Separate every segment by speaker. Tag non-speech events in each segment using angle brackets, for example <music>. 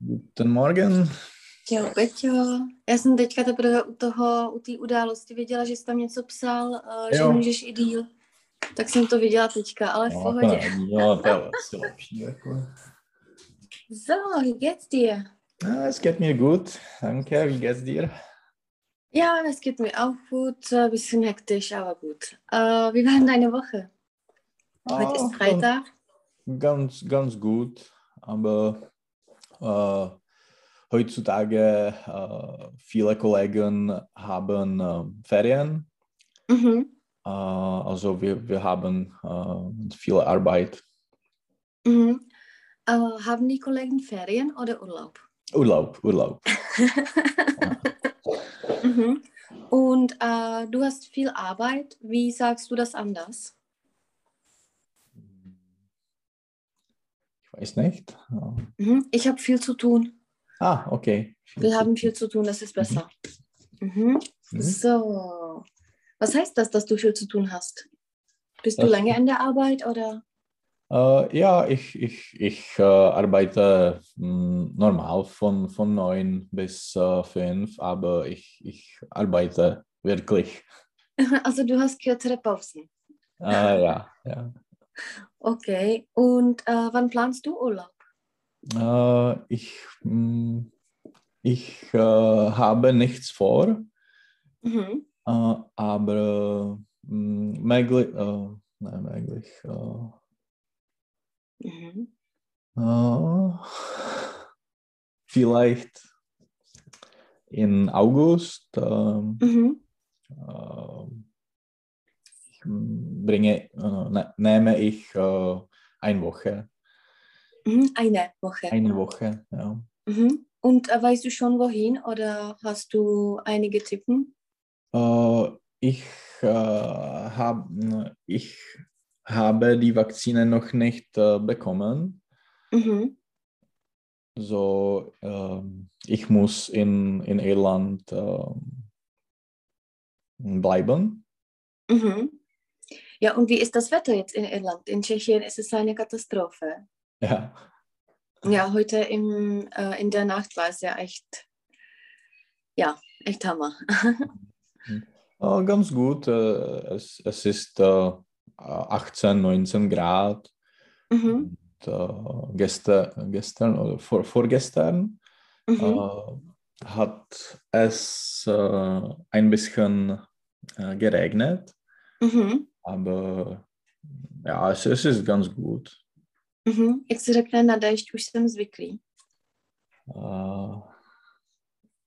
Speaker 1: Guten Morgen.
Speaker 2: Jo, Peťo, já jsem teďka teprve u toho, u té události viděla, že jsi tam něco psal, uh, že
Speaker 1: Jo.
Speaker 2: můžeš i díl. Tak jsem to viděla teďka, ale v
Speaker 1: No, to
Speaker 2: pohodě.
Speaker 1: nevadí, ale to je asi lepší. Jako.
Speaker 2: So, wie geht's dir?
Speaker 1: Ah, es geht mir gut. Danke, wie geht's dir?
Speaker 2: Ja, es geht mir auch gut, ein bisschen hektisch, aber gut. Äh, wie war denn deine Woche? Heute
Speaker 1: Ah,
Speaker 2: ist Freitag.
Speaker 1: Ganz, ganz gut, aber äh, heutzutage äh, viele Kollegen haben äh, Ferien.
Speaker 2: Mhm.
Speaker 1: Äh, also wir, wir haben äh, viel Arbeit.
Speaker 2: Mhm. Äh, haben die Kollegen Ferien oder Urlaub?
Speaker 1: Urlaub, Urlaub.
Speaker 2: Mhm. Und äh, du hast viel Arbeit. Wie sagst du das anders?
Speaker 1: Ich weiß nicht. Äh,
Speaker 2: Mhm. Ich habe viel zu tun.
Speaker 1: Ah, okay.
Speaker 2: Wir haben viel zu tun, das ist besser. Mhm.
Speaker 1: Mhm.
Speaker 2: So. Was heißt das, dass du viel zu tun hast? Bist du
Speaker 1: Das-
Speaker 2: lange an der Arbeit oder? <laughs>
Speaker 1: Äh, ja, ich, ich, ich äh, arbeite mh, normal von, von 9 bis äh, 5, aber ich, ich arbeite wirklich.
Speaker 2: Also du hast kürzere Pausen.
Speaker 1: Äh, ja, ja.
Speaker 2: Okay. Und äh, wann planst du Urlaub?
Speaker 1: Äh, ich mh, ich äh, habe nichts vor,
Speaker 2: Mhm.
Speaker 1: äh, aber mh, möglich, äh, nein, möglich, äh,
Speaker 2: Mhm.
Speaker 1: äh, vielleicht in August. ähm,
Speaker 2: Mhm.
Speaker 1: äh, ich bringe, äh, ne, nehme ich äh, eine Woche.
Speaker 2: Mhm. Eine Woche.
Speaker 1: Eine Woche, ja.
Speaker 2: Mhm. Und äh, weißt du schon wohin oder hast du einige Tippen?
Speaker 1: Äh, ich, äh, hab, ich habe die Vakzine noch nicht äh, bekommen.
Speaker 2: Mhm.
Speaker 1: So, ähm, ich muss in, in Irland ähm, bleiben. <laughs>
Speaker 2: Mhm. Ja, und wie ist das Wetter jetzt in Irland? In Tschechien ist es eine Katastrophe.
Speaker 1: Ja.
Speaker 2: Ja, heute im, äh, in der Nacht war es ja echt, ja, echt Hammer.
Speaker 1: Äh, ganz gut. Äh, es, es ist äh, 18, 19 Grad.
Speaker 2: Mhm.
Speaker 1: Und, äh, gestern, gestern oder vor, vorgestern
Speaker 2: Mhm.
Speaker 1: äh, hat es äh, ein bisschen äh, geregnet,
Speaker 2: Mhm.
Speaker 1: aber ja, es, es ist ganz gut.
Speaker 2: Mhm. Jak se řekne na dešť, už jsem zvyklý.
Speaker 1: Äh,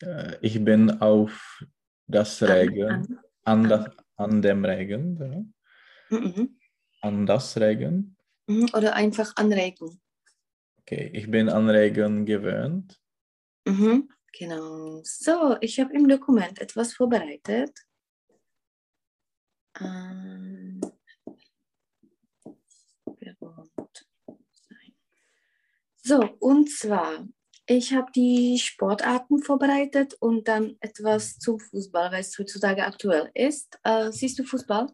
Speaker 1: äh, ich bin auf das Regen,
Speaker 2: An-
Speaker 1: an, das, an dem Regen, ja,
Speaker 2: an- Mhm.
Speaker 1: an das Regen.
Speaker 2: Mhm. Oder einfach anregen.
Speaker 1: Okay, ich bin an Regen gewöhnt.
Speaker 2: Mhm. Genau. So, ich habe im Dokument etwas vorbereitet. Ähm, gewohnt sein. So, und zwar, ich habe die Sportarten vorbereitet und dann etwas zum Fußball, weil es heutzutage aktuell ist. Äh, siehst du Fußball?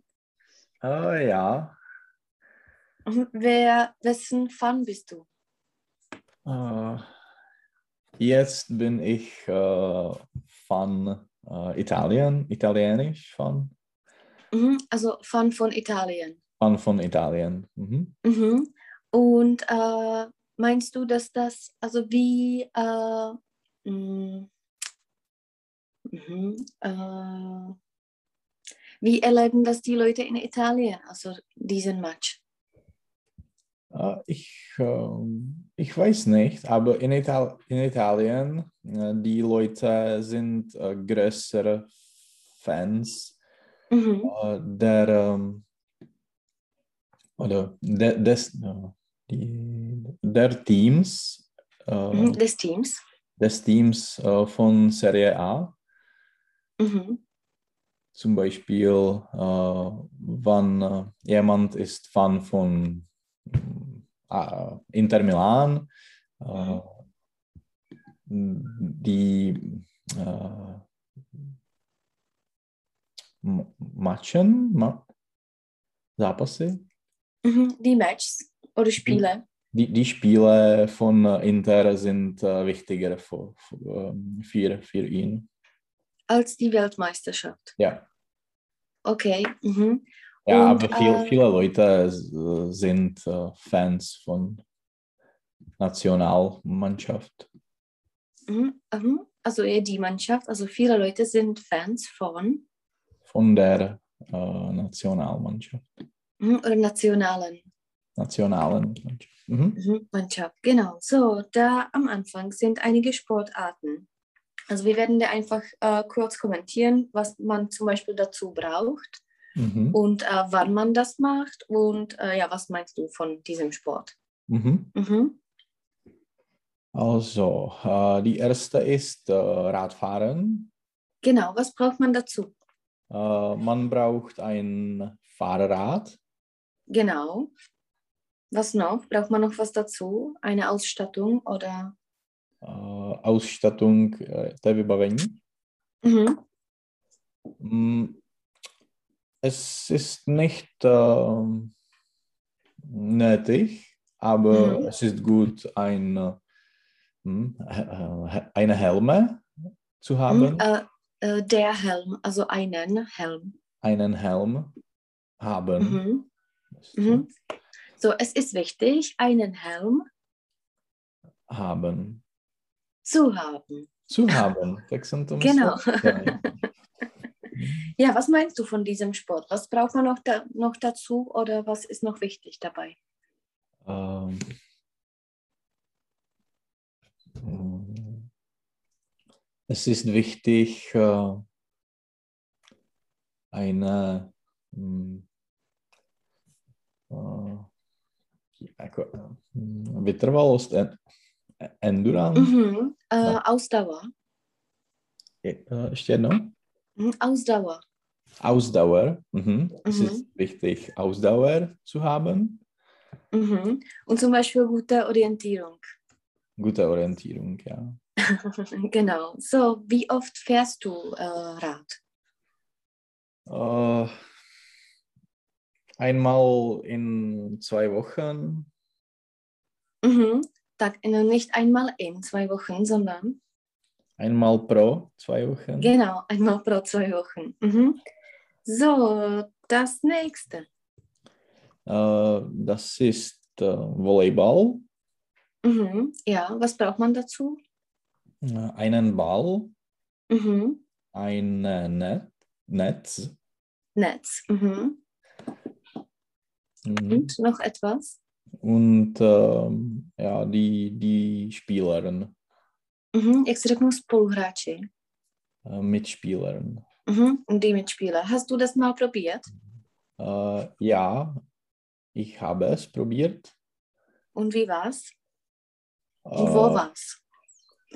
Speaker 1: Äh, ja,
Speaker 2: Mhm. Wer, wessen Fan bist du?
Speaker 1: Äh, Jetzt bin ich äh, Fan äh, Italien, italienisch, Fan,
Speaker 2: Mhm. Also Fan von Italien.
Speaker 1: Fan von Italien. Mhm.
Speaker 2: Mhm. Und äh, meinst du, dass das, also wie, äh, mm, mhm, äh, wie erleben das die Leute in Italien, also diesen Match?
Speaker 1: Äh, ich, ähm, ich weiß nicht, aber in, Ital in Italien, äh, die Leute sind äh, größere Fans
Speaker 2: Mhm.
Speaker 1: äh, der, ähm, oder de des, äh, die, der Teams, äh,
Speaker 2: Mhm. Des Teams.
Speaker 1: des Teams äh, von Serie A.
Speaker 2: Mhm.
Speaker 1: zum Beispiel, äh, wann äh, jemand ist Fan von äh, Inter Milan, äh, die äh, M- Matchen, Ma Zápasy,
Speaker 2: Mhm. Die Matches oder Spiele.
Speaker 1: die, die Spiele von Inter sind äh, wichtiger eh, für, für, für, für ihn.
Speaker 2: Als die Weltmeisterschaft.
Speaker 1: Ja.
Speaker 2: Okay. Mhm.
Speaker 1: Ja,
Speaker 2: Und,
Speaker 1: aber viel,
Speaker 2: äh,
Speaker 1: viele Leute äh, sind äh, Fans von Nationalmannschaft.
Speaker 2: Mhm. Mhm. Also eher die Mannschaft. Also viele Leute sind Fans von
Speaker 1: Von der äh, Nationalmannschaft.
Speaker 2: mhm. oder nationalen
Speaker 1: Nationalen Mannschaft. Mhm.
Speaker 2: Mhm, Mannschaft, genau. So, da am Anfang sind einige Sportarten. Also wir werden da einfach äh, kurz kommentieren, was man zum Beispiel dazu braucht
Speaker 1: Mhm.
Speaker 2: und äh, wann man das macht und äh, ja, was meinst du von diesem Sport?
Speaker 1: Mhm.
Speaker 2: Mhm.
Speaker 1: Also, äh, die erste ist äh, Radfahren.
Speaker 2: Genau, was braucht man dazu?
Speaker 1: Äh, man braucht ein Fahrrad,
Speaker 2: Genau. Was noch? Braucht man noch was dazu? Eine Ausstattung oder?
Speaker 1: äh, Ausstattung äh, der Überwindung.
Speaker 2: Mhm.
Speaker 1: Mm, Es ist nicht ähm, nötig, aber
Speaker 2: Mhm.
Speaker 1: es ist gut, ein, äh, hm, äh, äh, eine Helme zu haben,
Speaker 2: Mhm. Äh, äh, der Helm, also einen Helm.
Speaker 1: einen Helm haben.
Speaker 2: Mhm. Mhm. So, es ist wichtig, einen Helm
Speaker 1: Haben.
Speaker 2: zu haben.
Speaker 1: Zu haben. Tak jsem to
Speaker 2: Genau.
Speaker 1: myslel.
Speaker 2: Ja, was meinst du von diesem Sport? Was braucht man noch, da, noch dazu oder was ist noch wichtig dabei?
Speaker 1: Ähm, mm, es ist wichtig, äh, eine mm, äh, jako, eh, mm, vytrvalost, en- endurance.
Speaker 2: Mhm. Äh,
Speaker 1: Ja.
Speaker 2: Ausdauer.
Speaker 1: Je- eh, Ještě jednou.
Speaker 2: Mhm. Ausdauer.
Speaker 1: Ausdauer. Mhm. Es
Speaker 2: Mhm.
Speaker 1: ist wichtig, Ausdauer zu haben.
Speaker 2: Mhm. Und zum Beispiel gute Orientierung. <laughs>
Speaker 1: Gute Orientierung, ja.
Speaker 2: genau. So, wie oft fährst du äh, Rad?
Speaker 1: Äh, einmal in zwei Wochen.
Speaker 2: Mhm. Tag, äh, nicht einmal in zwei Wochen, sondern
Speaker 1: Einmal pro zwei Wochen.
Speaker 2: genau einmal pro zwei Wochen. Mhm. So, das nächste.
Speaker 1: Äh, das ist äh, Volleyball.
Speaker 2: Mhm. Ja, was braucht man dazu?
Speaker 1: Äh, einen Ball,
Speaker 2: Mhm.
Speaker 1: ein äh, Net, Netz.
Speaker 2: Netz. Mhm.
Speaker 1: Mhm.
Speaker 2: Und noch etwas?
Speaker 1: Und ähm, ja, die, die Spielerin,
Speaker 2: Mhm, jak jsi řeknu spoluhráči.
Speaker 1: äh, Mitspielerin.
Speaker 2: Mhm, und die Mitspieler. Hast du das mal probiert?
Speaker 1: Äh, ja, ich habe es probiert.
Speaker 2: Und wie war's? Und
Speaker 1: Äh,
Speaker 2: wo war's?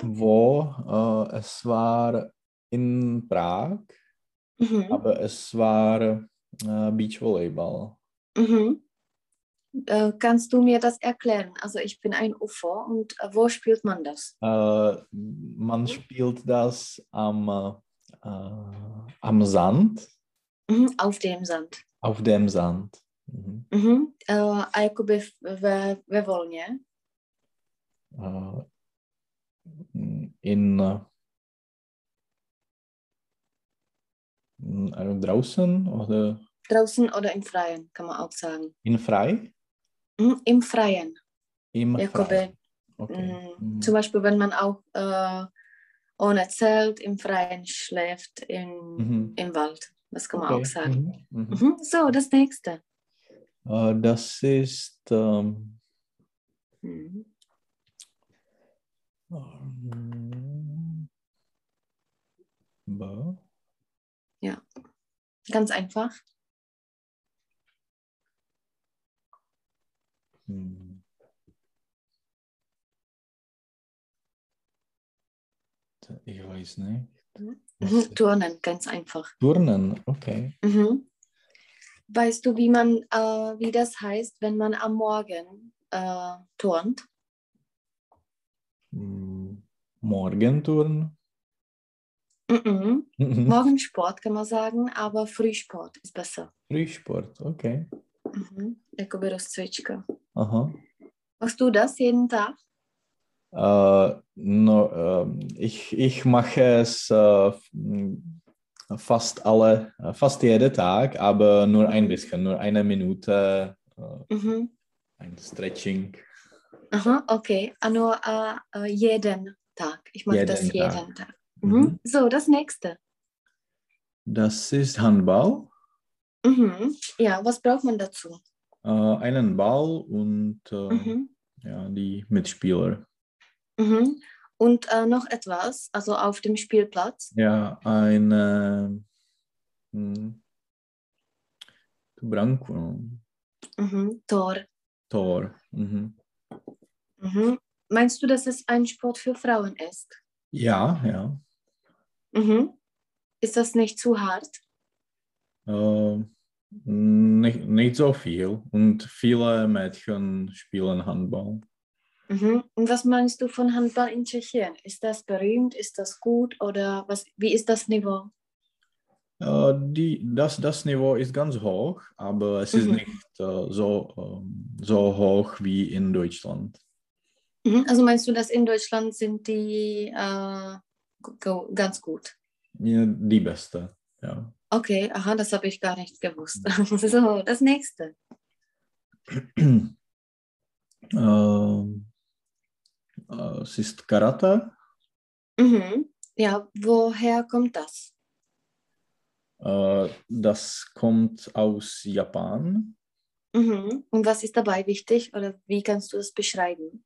Speaker 1: wo äh, es war in Prag,
Speaker 2: Mhm,
Speaker 1: aber es war äh, Beachvolleyball.
Speaker 2: mhm. Äh, kannst du mir das erklären? Also ich bin ein UFO und äh, wo spielt man das?
Speaker 1: Äh, man spielt das am, äh, äh, am Sand,
Speaker 2: Mhm, auf dem Sand.
Speaker 1: auf dem Sand. Mhm.
Speaker 2: Mhm. Äh, a jakoby v- ve, ve volně.
Speaker 1: Äh, in äh, m, äh, draußen oder
Speaker 2: Draußen oder im Freien, kann man auch sagen.
Speaker 1: in frei?
Speaker 2: Mhm, Im Freien.
Speaker 1: Im
Speaker 2: Jakoby,
Speaker 1: frei. Okay.
Speaker 2: mh,
Speaker 1: Mhm.
Speaker 2: zum Beispiel, wenn man auch äh, ohne Zelt im Freien schläft, im
Speaker 1: Mhm.
Speaker 2: im Wald. Das kann man
Speaker 1: Okay.
Speaker 2: auch sagen.
Speaker 1: Mhm. Mhm.
Speaker 2: Mhm. So, das nächste.
Speaker 1: Äh, das ist ähm,
Speaker 2: Mhm.
Speaker 1: ähm, ba-
Speaker 2: Ganz einfach.
Speaker 1: Hm. T- Ich weiß nicht.
Speaker 2: Mhm.
Speaker 1: Was
Speaker 2: Mhm.
Speaker 1: ist-
Speaker 2: Turnen, ganz einfach.
Speaker 1: Turnen, okay.
Speaker 2: Mhm. Weißt du, wie man, äh, wie das heißt, wenn man am Morgen äh, turnt?
Speaker 1: Hm. Morgenturn.
Speaker 2: Mhm.
Speaker 1: <laughs> Mhm.
Speaker 2: Morgensport kann man sagen, aber Frühsport ist besser.
Speaker 1: Frühsport, okay.
Speaker 2: Mhm. Jakoby rozcvička.
Speaker 1: Aha.
Speaker 2: Machst du das jeden Tag?
Speaker 1: Äh, no, ähm, ich, ich mache es äh, f- m, fast alle, äh, fast jeden Tag, aber nur ein bisschen, nur eine Minute, äh,
Speaker 2: Mhm.
Speaker 1: ein Stretching.
Speaker 2: Aha, okay. Ah, Nur äh, äh, jeden Tag. Ich mache
Speaker 1: Jeden
Speaker 2: das
Speaker 1: Tag.
Speaker 2: jeden Tag.
Speaker 1: Mhm.
Speaker 2: Mhm. So, das nächste.
Speaker 1: Das ist Handball.
Speaker 2: Mhm. Ja, was braucht man dazu?
Speaker 1: Äh, einen Ball und äh,
Speaker 2: Mhm.
Speaker 1: ja, die Mitspieler.
Speaker 2: Mhm. Und äh, noch etwas, also auf dem Spielplatz.
Speaker 1: Ja, eine hm, Branko,
Speaker 2: Mhm. Tor.
Speaker 1: Tor. Mhm.
Speaker 2: Mhm. Meinst du, dass es ein Sport für Frauen ist?
Speaker 1: Ja, ja.
Speaker 2: Mhm. Ist das nicht zu hart?
Speaker 1: Äh, nicht, nicht so viel. Und viele Mädchen spielen Handball.
Speaker 2: Mhm. Und was meinst du von Handball in Tschechien? Ist das berühmt? Ist das gut? Oder was, wie ist das Niveau?
Speaker 1: Äh, die, das, das Niveau ist ganz hoch, aber es ist
Speaker 2: Mhm.
Speaker 1: nicht äh, so, ähm, so hoch wie in Deutschland.
Speaker 2: Mhm. Also meinst du, dass in Deutschland sind die äh, gu- gu- ganz gut?
Speaker 1: Ja, die beste. Ja. <clears throat>
Speaker 2: Okay, aha, das habe ich gar nicht gewusst. <laughs> so, das nächste.
Speaker 1: Ähm, äh, es ist Karate.
Speaker 2: Mhm. Ja, woher kommt das?
Speaker 1: Äh, das kommt aus Japan.
Speaker 2: Mhm. Und was ist dabei wichtig oder wie kannst du es beschreiben?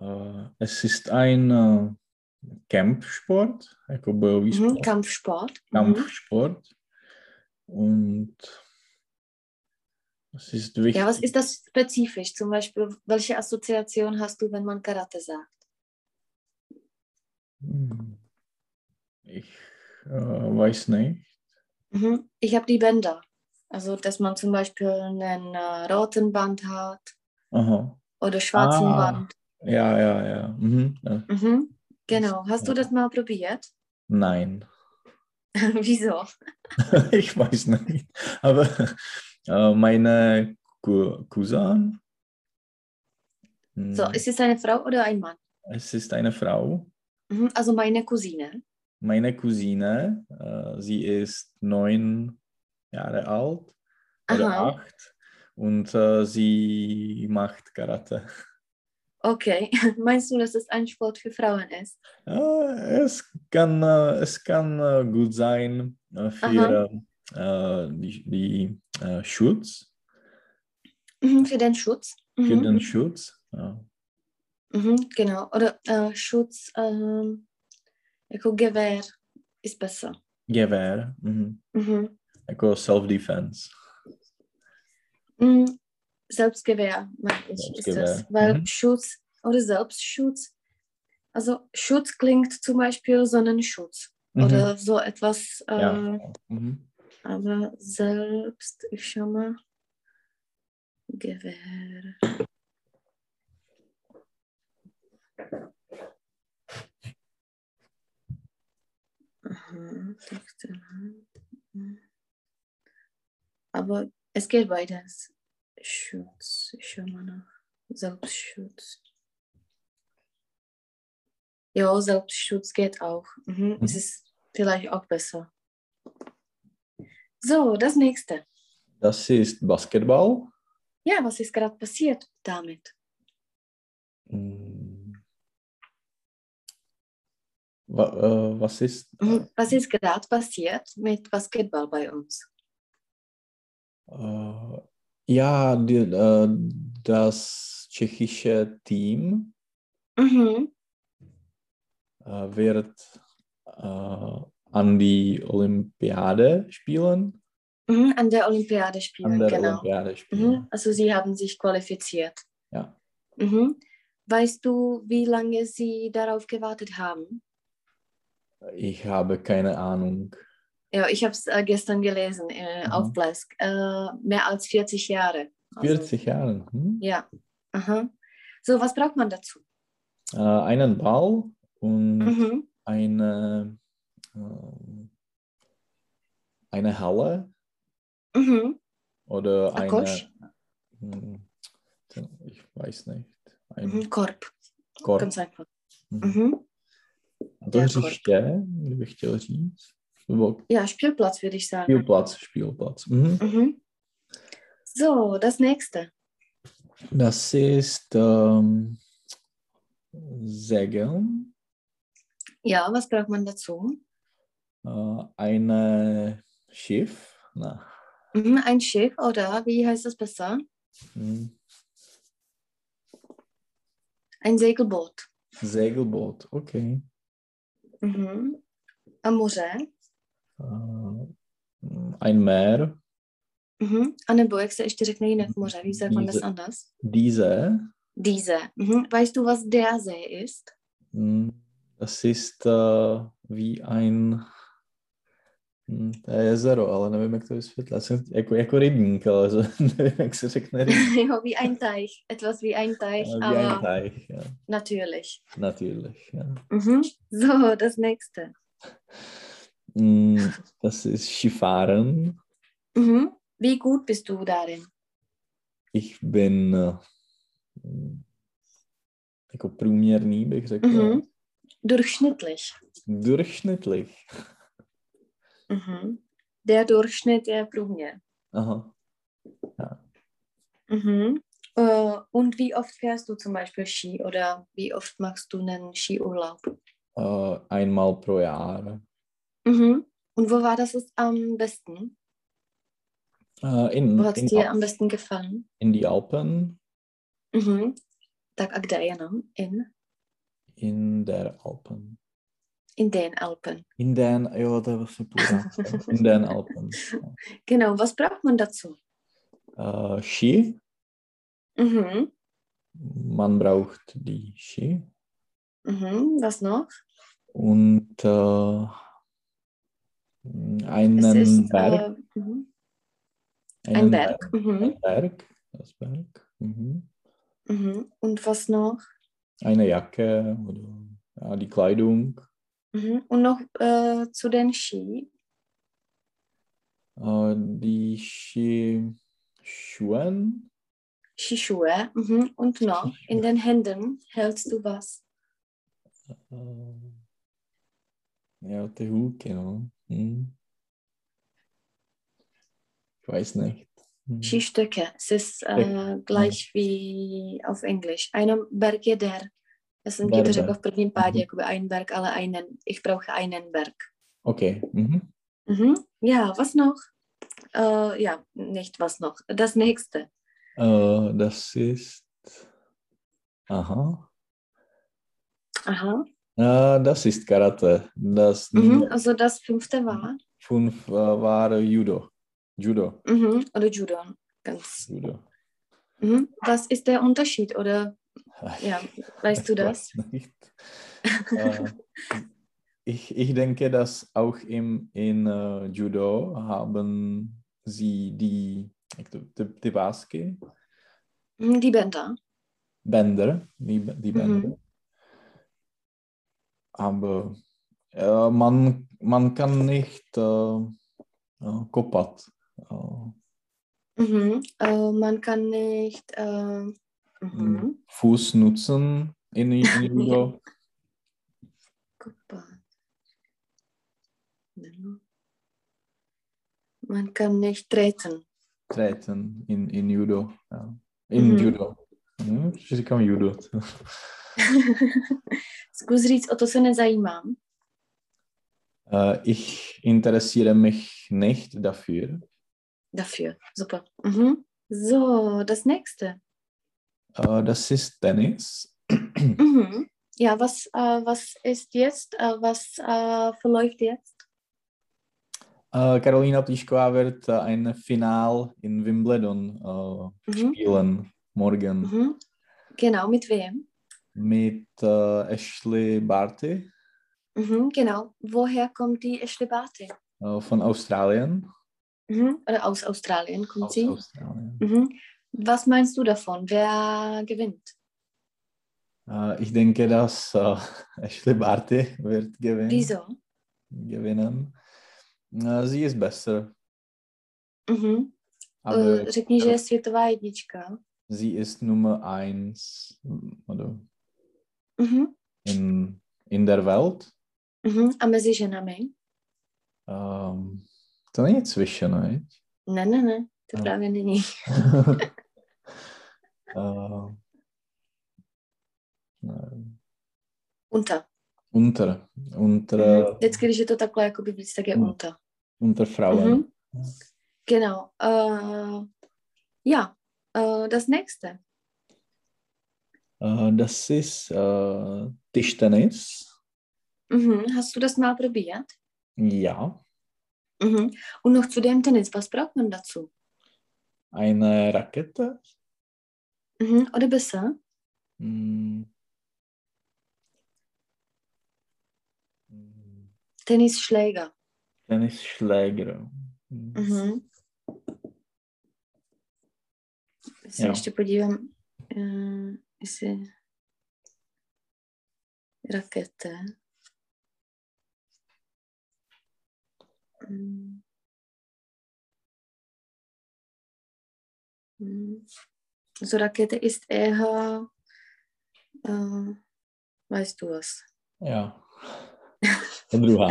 Speaker 1: Äh, es ist ein äh, Kampfsport, jako bojový
Speaker 2: Mhm.
Speaker 1: sport,
Speaker 2: Kampfsport. Mhm.
Speaker 1: Kampfsport. Und es ist wichtig.
Speaker 2: Ja, was ist das spezifisch? Zum Beispiel, welche Assoziation hast du, wenn man Karate sagt?
Speaker 1: Hm. Ich äh, weiß nicht.
Speaker 2: Mhm. Ich habe die Bänder. Also, dass man zum Beispiel einen äh, roten Band hat
Speaker 1: Aha.
Speaker 2: oder schwarzen
Speaker 1: Ah.
Speaker 2: Band.
Speaker 1: Ja, ja, ja. Mhm. ja.
Speaker 2: Mhm. Genau. Hast du
Speaker 1: Ja.
Speaker 2: das mal probiert? <laughs>
Speaker 1: Nein.
Speaker 2: Wieso?
Speaker 1: <laughs> ich weiß nicht. Aber äh, meine Cou- Cousin,
Speaker 2: So,
Speaker 1: hm,
Speaker 2: ist es eine Frau oder ein Mann?
Speaker 1: es ist eine Frau.
Speaker 2: Mhm. Also meine Cousine.
Speaker 1: Meine Cousine, äh, sie ist neun Jahre alt oder
Speaker 2: Aha.
Speaker 1: acht und äh, sie macht Karate.
Speaker 2: Okay. <laughs> Meinst du, dass es ein Sport für Frauen ist?
Speaker 1: Äh, es kann, äh, es kann äh, gut sein äh, für äh, die, die äh, Schutz,
Speaker 2: Mhm. Für den Schutz?
Speaker 1: für
Speaker 2: Mhm.
Speaker 1: den Schutz. Ja.
Speaker 2: Mhm. Genau. Oder äh, Schutz, ähm, jako Gewehr ist besser.
Speaker 1: Gewehr, mhm.
Speaker 2: Mhm.
Speaker 1: jako self-defense.
Speaker 2: Mm, Selbstgewehr, meine ich, ist das.
Speaker 1: Selbstgewehr,
Speaker 2: Weil
Speaker 1: mhm.
Speaker 2: Schutz oder Selbstschutz, also Schutz klingt zum Beispiel Sonnenschutz
Speaker 1: Mhm.
Speaker 2: oder so etwas, äh,
Speaker 1: Ja. Mhm.
Speaker 2: aber selbst, ich schau mal, Gewehr. Aha, rechte Hand. Mhm. Aber es geht beides. Schutz, ich schau mal nach. Selbstschutz. Ja, Selbstschutz geht auch. Mhm. Es
Speaker 1: Mhm.
Speaker 2: ist vielleicht auch besser. So, das nächste.
Speaker 1: Das ist Basketball.
Speaker 2: Ja, was ist gerade passiert damit?
Speaker 1: Mm. Wa- äh, Was ist?
Speaker 2: Mhm. Was ist gerade passiert mit Basketball bei uns?
Speaker 1: äh, Ja, die, äh, das tschechische Team
Speaker 2: Mhm.
Speaker 1: äh, wird äh, an die Olympiade spielen.
Speaker 2: Mhm. An der Olympiade spielen,
Speaker 1: An der
Speaker 2: genau.
Speaker 1: Olympiade
Speaker 2: Mhm.
Speaker 1: spielen.
Speaker 2: Also sie haben sich qualifiziert.
Speaker 1: Ja.
Speaker 2: Mhm. Weißt du, wie lange sie darauf gewartet haben?
Speaker 1: Ich habe keine Ahnung.
Speaker 2: Ja, ich habe es äh, gestern gelesen äh,
Speaker 1: Mhm.
Speaker 2: auf Blesk. Äh, mehr als 40 Jahre. Also,
Speaker 1: 40 Jahre. Hm?
Speaker 2: Ja. Aha. So, was braucht man dazu?
Speaker 1: Äh, einen Ball und
Speaker 2: Mhm.
Speaker 1: eine, ähm, eine Halle.
Speaker 2: Mhm.
Speaker 1: Oder
Speaker 2: Akkosch?
Speaker 1: eine. Hm, Ich weiß nicht. Ein
Speaker 2: Korb,
Speaker 1: korb.
Speaker 2: Mhm, ganz einfach.
Speaker 1: Mhm.
Speaker 2: Mhm.
Speaker 1: A to
Speaker 2: der
Speaker 1: hřiště, kdybych chtěl říct. Nebo
Speaker 2: Ja, Spielplatz würde ich sagen.
Speaker 1: Spielplatz, Spielplatz. Mhm.
Speaker 2: Mhm. So, das nächste.
Speaker 1: Das ist ähm, Segeln.
Speaker 2: Ja, was braucht man dazu?
Speaker 1: Äh, ein Schiff. Na,
Speaker 2: Mhm, ein Schiff oder wie heißt das besser?
Speaker 1: hm,
Speaker 2: Ein Segelboot.
Speaker 1: Segelboot, okay.
Speaker 2: Mhm. Am Moře.
Speaker 1: Äh, ein Meer.
Speaker 2: Mhm. A nebo jak se ještě řekne jinak moře, wie sagt man das
Speaker 1: Diese.
Speaker 2: anders?
Speaker 1: Diese.
Speaker 2: Diese. Mhm. Weißt du, was der See
Speaker 1: <laughs>
Speaker 2: ist? <laughs>
Speaker 1: hm, Das ist äh, wie ein hm, to je jezero, ale nevím, jak to vysvětlit. Já jsem jako, jako rybník, ale <laughs> nevím, jak se řekne rybník.
Speaker 2: ja, wie ein Teich. Etwas wie ein Teich,
Speaker 1: Wie
Speaker 2: aber
Speaker 1: ein Teich, ja,
Speaker 2: natürlich.
Speaker 1: natürlich. Ja.
Speaker 2: Mhm. So, das nächste.
Speaker 1: Mm, Das ist Skifahren.
Speaker 2: Mhm. Wie gut bist du darin?
Speaker 1: Ich bin eh, mm, jako průměrný, bych řekl.
Speaker 2: Mhm. Durchschnittlich.
Speaker 1: Durchschnittlich.
Speaker 2: Mhm. Der Durchschnitt der Prümier.
Speaker 1: Aha.
Speaker 2: Mhm. Äh, und wie oft fährst du zum Beispiel Ski oder wie oft machst du einen Skiurlaub?
Speaker 1: Eh, einmal pro Jahr.
Speaker 2: Mhm. Und wo war das es am besten?
Speaker 1: Eh, in,
Speaker 2: Wo hat es
Speaker 1: in,
Speaker 2: dir
Speaker 1: Al-
Speaker 2: am besten gefallen?
Speaker 1: in die Alpen.
Speaker 2: Mhm. Tak a kde jenom? In,
Speaker 1: In der Alpen.
Speaker 2: in den Alpen.
Speaker 1: In den, jo, to je vlastně půl In den Alpen.
Speaker 2: Genau, was braucht man dazu?
Speaker 1: Eh, Ski.
Speaker 2: Mhm.
Speaker 1: Man braucht die Ski.
Speaker 2: Mhm. Was noch?
Speaker 1: Und eh, einen
Speaker 2: Es ist
Speaker 1: Berg.
Speaker 2: äh, mhm.
Speaker 1: einen
Speaker 2: ein Berg. Mhm.
Speaker 1: Berg, das Berg. Mhm.
Speaker 2: Mhm. Und was noch?
Speaker 1: Eine Jacke oder ja, die Kleidung.
Speaker 2: Mhm. Und noch äh, zu den Ski.
Speaker 1: Äh, die Schi Schuhe.
Speaker 2: Skischuhe. Mhm. Und noch in den Händen hältst du was?
Speaker 1: Äh, ja, die Huke, no. Hm. Ich weiß nicht. Hm.
Speaker 2: Skistöcke. Es ist äh, gleich wie auf Englisch. Einem Bergeder. Es sind
Speaker 1: Berber.
Speaker 2: jeder řekl v prvním pádě,
Speaker 1: Mhm.
Speaker 2: jakoby ein Berg, ale einen. Ich brauche einen Berg.
Speaker 1: Okay. Mhm.
Speaker 2: Mhm. Ja, was noch? Äh, ja, nicht was noch. Das nächste.
Speaker 1: Äh, das ist. Aha.
Speaker 2: Aha.
Speaker 1: Äh, das ist Karate. Das
Speaker 2: Mhm.
Speaker 1: Nummer
Speaker 2: Also das fünfte war.
Speaker 1: fünf äh, war Judo. Judo.
Speaker 2: Mhm. Oder Judo. Ganz.
Speaker 1: Judo.
Speaker 2: Mhm. Was ist der Unterschied? Oder
Speaker 1: <laughs>
Speaker 2: ja, weißt du
Speaker 1: Ich
Speaker 2: das?
Speaker 1: weiß <laughs>
Speaker 2: <laughs>
Speaker 1: Nicht. Äh, ich, ich denke, dass auch im, in äh, Judo haben sie die, die, die Baske,
Speaker 2: Mhm, Die Bänder.
Speaker 1: Bänder, die, die
Speaker 2: Mhm.
Speaker 1: Bänder. Aber äh, man, man kann nicht äh, äh, kopat. Äh,
Speaker 2: Mhm. Äh, man kann nicht. Äh, mhm.
Speaker 1: Fuß nutzen in, in Judo.
Speaker 2: Kopat. Genau. Man kann nicht treten.
Speaker 1: Treten in, in Judo. Ja. In
Speaker 2: Mhm.
Speaker 1: Judo. Mhm, říkám judo. <laughs>
Speaker 2: Zkus říct, o to se nezajímám.
Speaker 1: Äh, ich interessiere mich nicht dafür.
Speaker 2: Dafür. Super. Mhm. So, das nächste.
Speaker 1: Äh, das ist Tennis. Hm.
Speaker 2: Mhm. Ja, was, äh, was ist jetzt? Äh, was äh, verläuft jetzt?
Speaker 1: Äh, Karolina Plíšková wird äh, ein Final in Wimbledon äh,
Speaker 2: Mhm.
Speaker 1: spielen morgen
Speaker 2: Mhm. Genau, mit wem?
Speaker 1: mit äh, Ashley Barty
Speaker 2: Mhm, genau. Woher kommt die Ashley Barty?
Speaker 1: äh, von Australien.
Speaker 2: Mhm. Oder aus Australien kommt
Speaker 1: Aus
Speaker 2: sie?
Speaker 1: Australien.
Speaker 2: Mhm. Was meinst du davon? Wer gewinnt?
Speaker 1: Äh, ich denke, dass äh, <laughs> Ashley Barty wird gewin
Speaker 2: Wieso?
Speaker 1: gewinnen. Äh, sie ist besser.
Speaker 2: Mhm.
Speaker 1: Aber
Speaker 2: Eh, Äh, řekni, že je světová jednička.
Speaker 1: sie ist Nummer eins oder,
Speaker 2: Mhm.
Speaker 1: in, in der Welt.
Speaker 2: Mhm. A mezi ženami?
Speaker 1: Um, to není cvičeno, viď?
Speaker 2: Ne, ne, ne, to
Speaker 1: No.
Speaker 2: právě není.
Speaker 1: uh, ne,
Speaker 2: Unta.
Speaker 1: unter,
Speaker 2: Mhm.
Speaker 1: unter,
Speaker 2: Vždycky, když je to takhle jakoby víc, tak je
Speaker 1: Eh, Mm.
Speaker 2: unta.
Speaker 1: unter Frauen.
Speaker 2: Mhm. Genau. Äh, ja, äh, das nächste. Mhm.
Speaker 1: Äh, das ist äh, Tischtennis.
Speaker 2: Mhm. Hast du das mal probiert?
Speaker 1: Ja,
Speaker 2: Mhm. Und noch zu dem Tennis, was braucht man dazu?
Speaker 1: eine Rakete.
Speaker 2: Mhm. Oder besser?
Speaker 1: Hm. Hm,
Speaker 2: Tennisschläger.
Speaker 1: Tennisschläger. Hm.
Speaker 2: Mhm. Já se
Speaker 1: Jo.
Speaker 2: ještě podívám, eh, jestli rakete. Mm. Mm. So Rakete ist eher, äh, weißt du was?
Speaker 1: Ja. <laughs> A
Speaker 2: <laughs>
Speaker 1: druhá.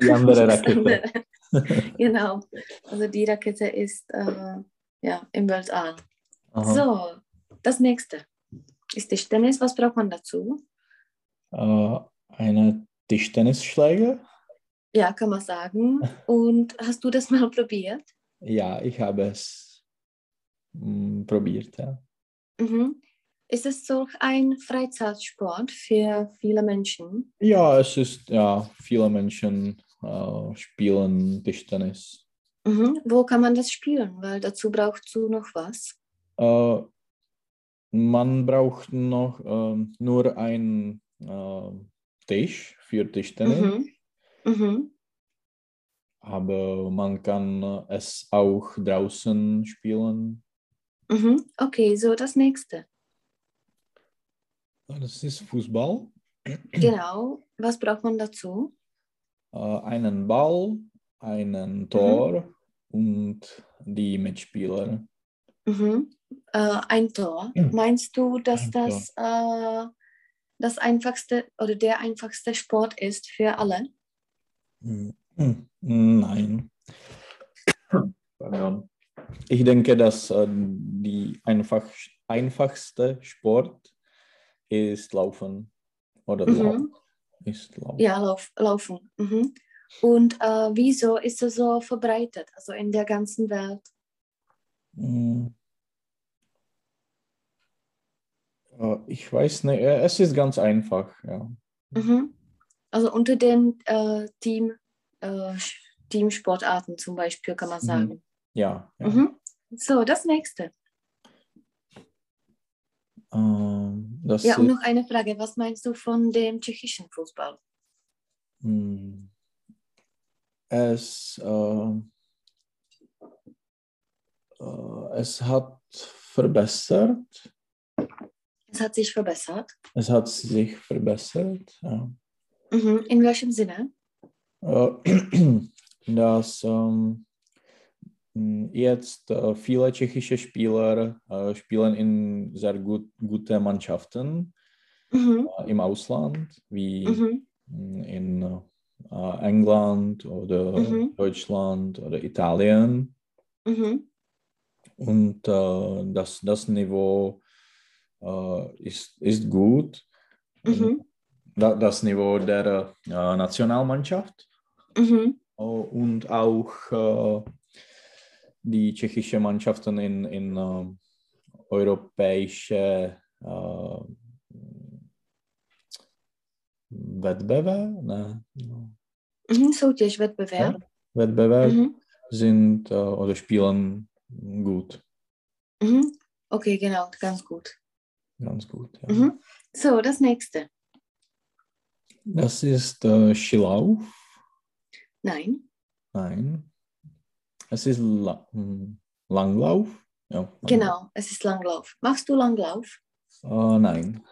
Speaker 1: Ty andere rakete.
Speaker 2: <laughs> genau. Also die Rakete ist äh, ja, im Weltall.
Speaker 1: Aha.
Speaker 2: So, das nächste ist Tischtennis. Was braucht man dazu?
Speaker 1: Äh, eine Tischtennisschläger.
Speaker 2: Ja, kann man sagen. Und hast du das <laughs> mal probiert?
Speaker 1: Ja, ich habe es hm, probiert. Ja.
Speaker 2: Mhm. Ist es so ein Freizeitsport für viele Menschen?
Speaker 1: ja, es ist, ja, viele Menschen äh, spielen Tischtennis.
Speaker 2: Mhm. Wo kann man das spielen? Weil dazu brauchst du noch was.
Speaker 1: Äh, man braucht noch ähm, nur einen ähm, Tisch für Tischtennis,
Speaker 2: Mhm. Mhm.
Speaker 1: aber man kann äh, es auch draußen spielen.
Speaker 2: Mhm. Okay, so
Speaker 1: <clears throat>
Speaker 2: das nächste.
Speaker 1: Das ist Fußball.
Speaker 2: Genau. Was braucht man dazu?
Speaker 1: Äh, einen Ball, einen
Speaker 2: Mhm.
Speaker 1: Tor und die Mitspieler. <clears throat>
Speaker 2: Mhm. Äh, ein Tor.
Speaker 1: Mhm.
Speaker 2: Meinst du, dass
Speaker 1: Ein Tor.
Speaker 2: das äh, das einfachste oder der einfachste Sport ist für alle?
Speaker 1: Hm, Nein. Pardon. Ich denke, dass äh, die einfach, einfachste Sport ist Laufen. Oder
Speaker 2: Mhm.
Speaker 1: Laufen ist Laufen.
Speaker 2: Ja, lauf, Laufen. Mhm. Und äh, wieso ist es so verbreitet, also in der ganzen Welt?
Speaker 1: Hm. Äh, Ich weiß nicht, äh, es ist ganz einfach. Ja.
Speaker 2: Mhm. Also unter den äh, Team, äh, Sch- Teamsportarten zum Beispiel kann man
Speaker 1: Mhm.
Speaker 2: sagen.
Speaker 1: ja, ja.
Speaker 2: Mhm. So, das nächste.
Speaker 1: Ähm, das
Speaker 2: Ja, und
Speaker 1: ist-
Speaker 2: noch eine Frage. Was meinst du von dem tschechischen Fußball?
Speaker 1: Hm. Es, äh, äh, es hat verbessert.
Speaker 2: Es hat sich verbessert.
Speaker 1: Es hat sich verbessert. Ja.
Speaker 2: Mhm. In welchem Sinne?
Speaker 1: <clears throat> Äh, Dass ähm, mh, jetzt äh, viele tschechische Spieler äh, spielen in sehr gut, gute Mannschaften
Speaker 2: Mhm.
Speaker 1: äh, im Ausland, wie
Speaker 2: Mhm.
Speaker 1: mh, in äh, England oder
Speaker 2: Mhm.
Speaker 1: Deutschland oder Italien.
Speaker 2: Mhm.
Speaker 1: Und äh, das, das Niveau äh, ist, ist gut. Also
Speaker 2: Mhm.
Speaker 1: Da, das Niveau der äh, Nationalmannschaft
Speaker 2: Mhm.
Speaker 1: äh, und auch äh, die tschechische Mannschaften in, in äh, europäische äh, Wettbewerbe, ne?
Speaker 2: Mhm. Soutěž, Wettbewerb.
Speaker 1: Wettbewerb
Speaker 2: Mhm.
Speaker 1: sind äh, oder spielen gut,
Speaker 2: Mhm. Okay, genau, ganz gut.
Speaker 1: ganz gut. Ja.
Speaker 2: Mhm. So, das nächste.
Speaker 1: Das ist äh, Skilauf.
Speaker 2: Nein.
Speaker 1: Nein. Es ist La hm, Langlauf. Ja, Langlauf.
Speaker 2: Genau, es ist Langlauf. Machst du Langlauf?
Speaker 1: Äh, nein.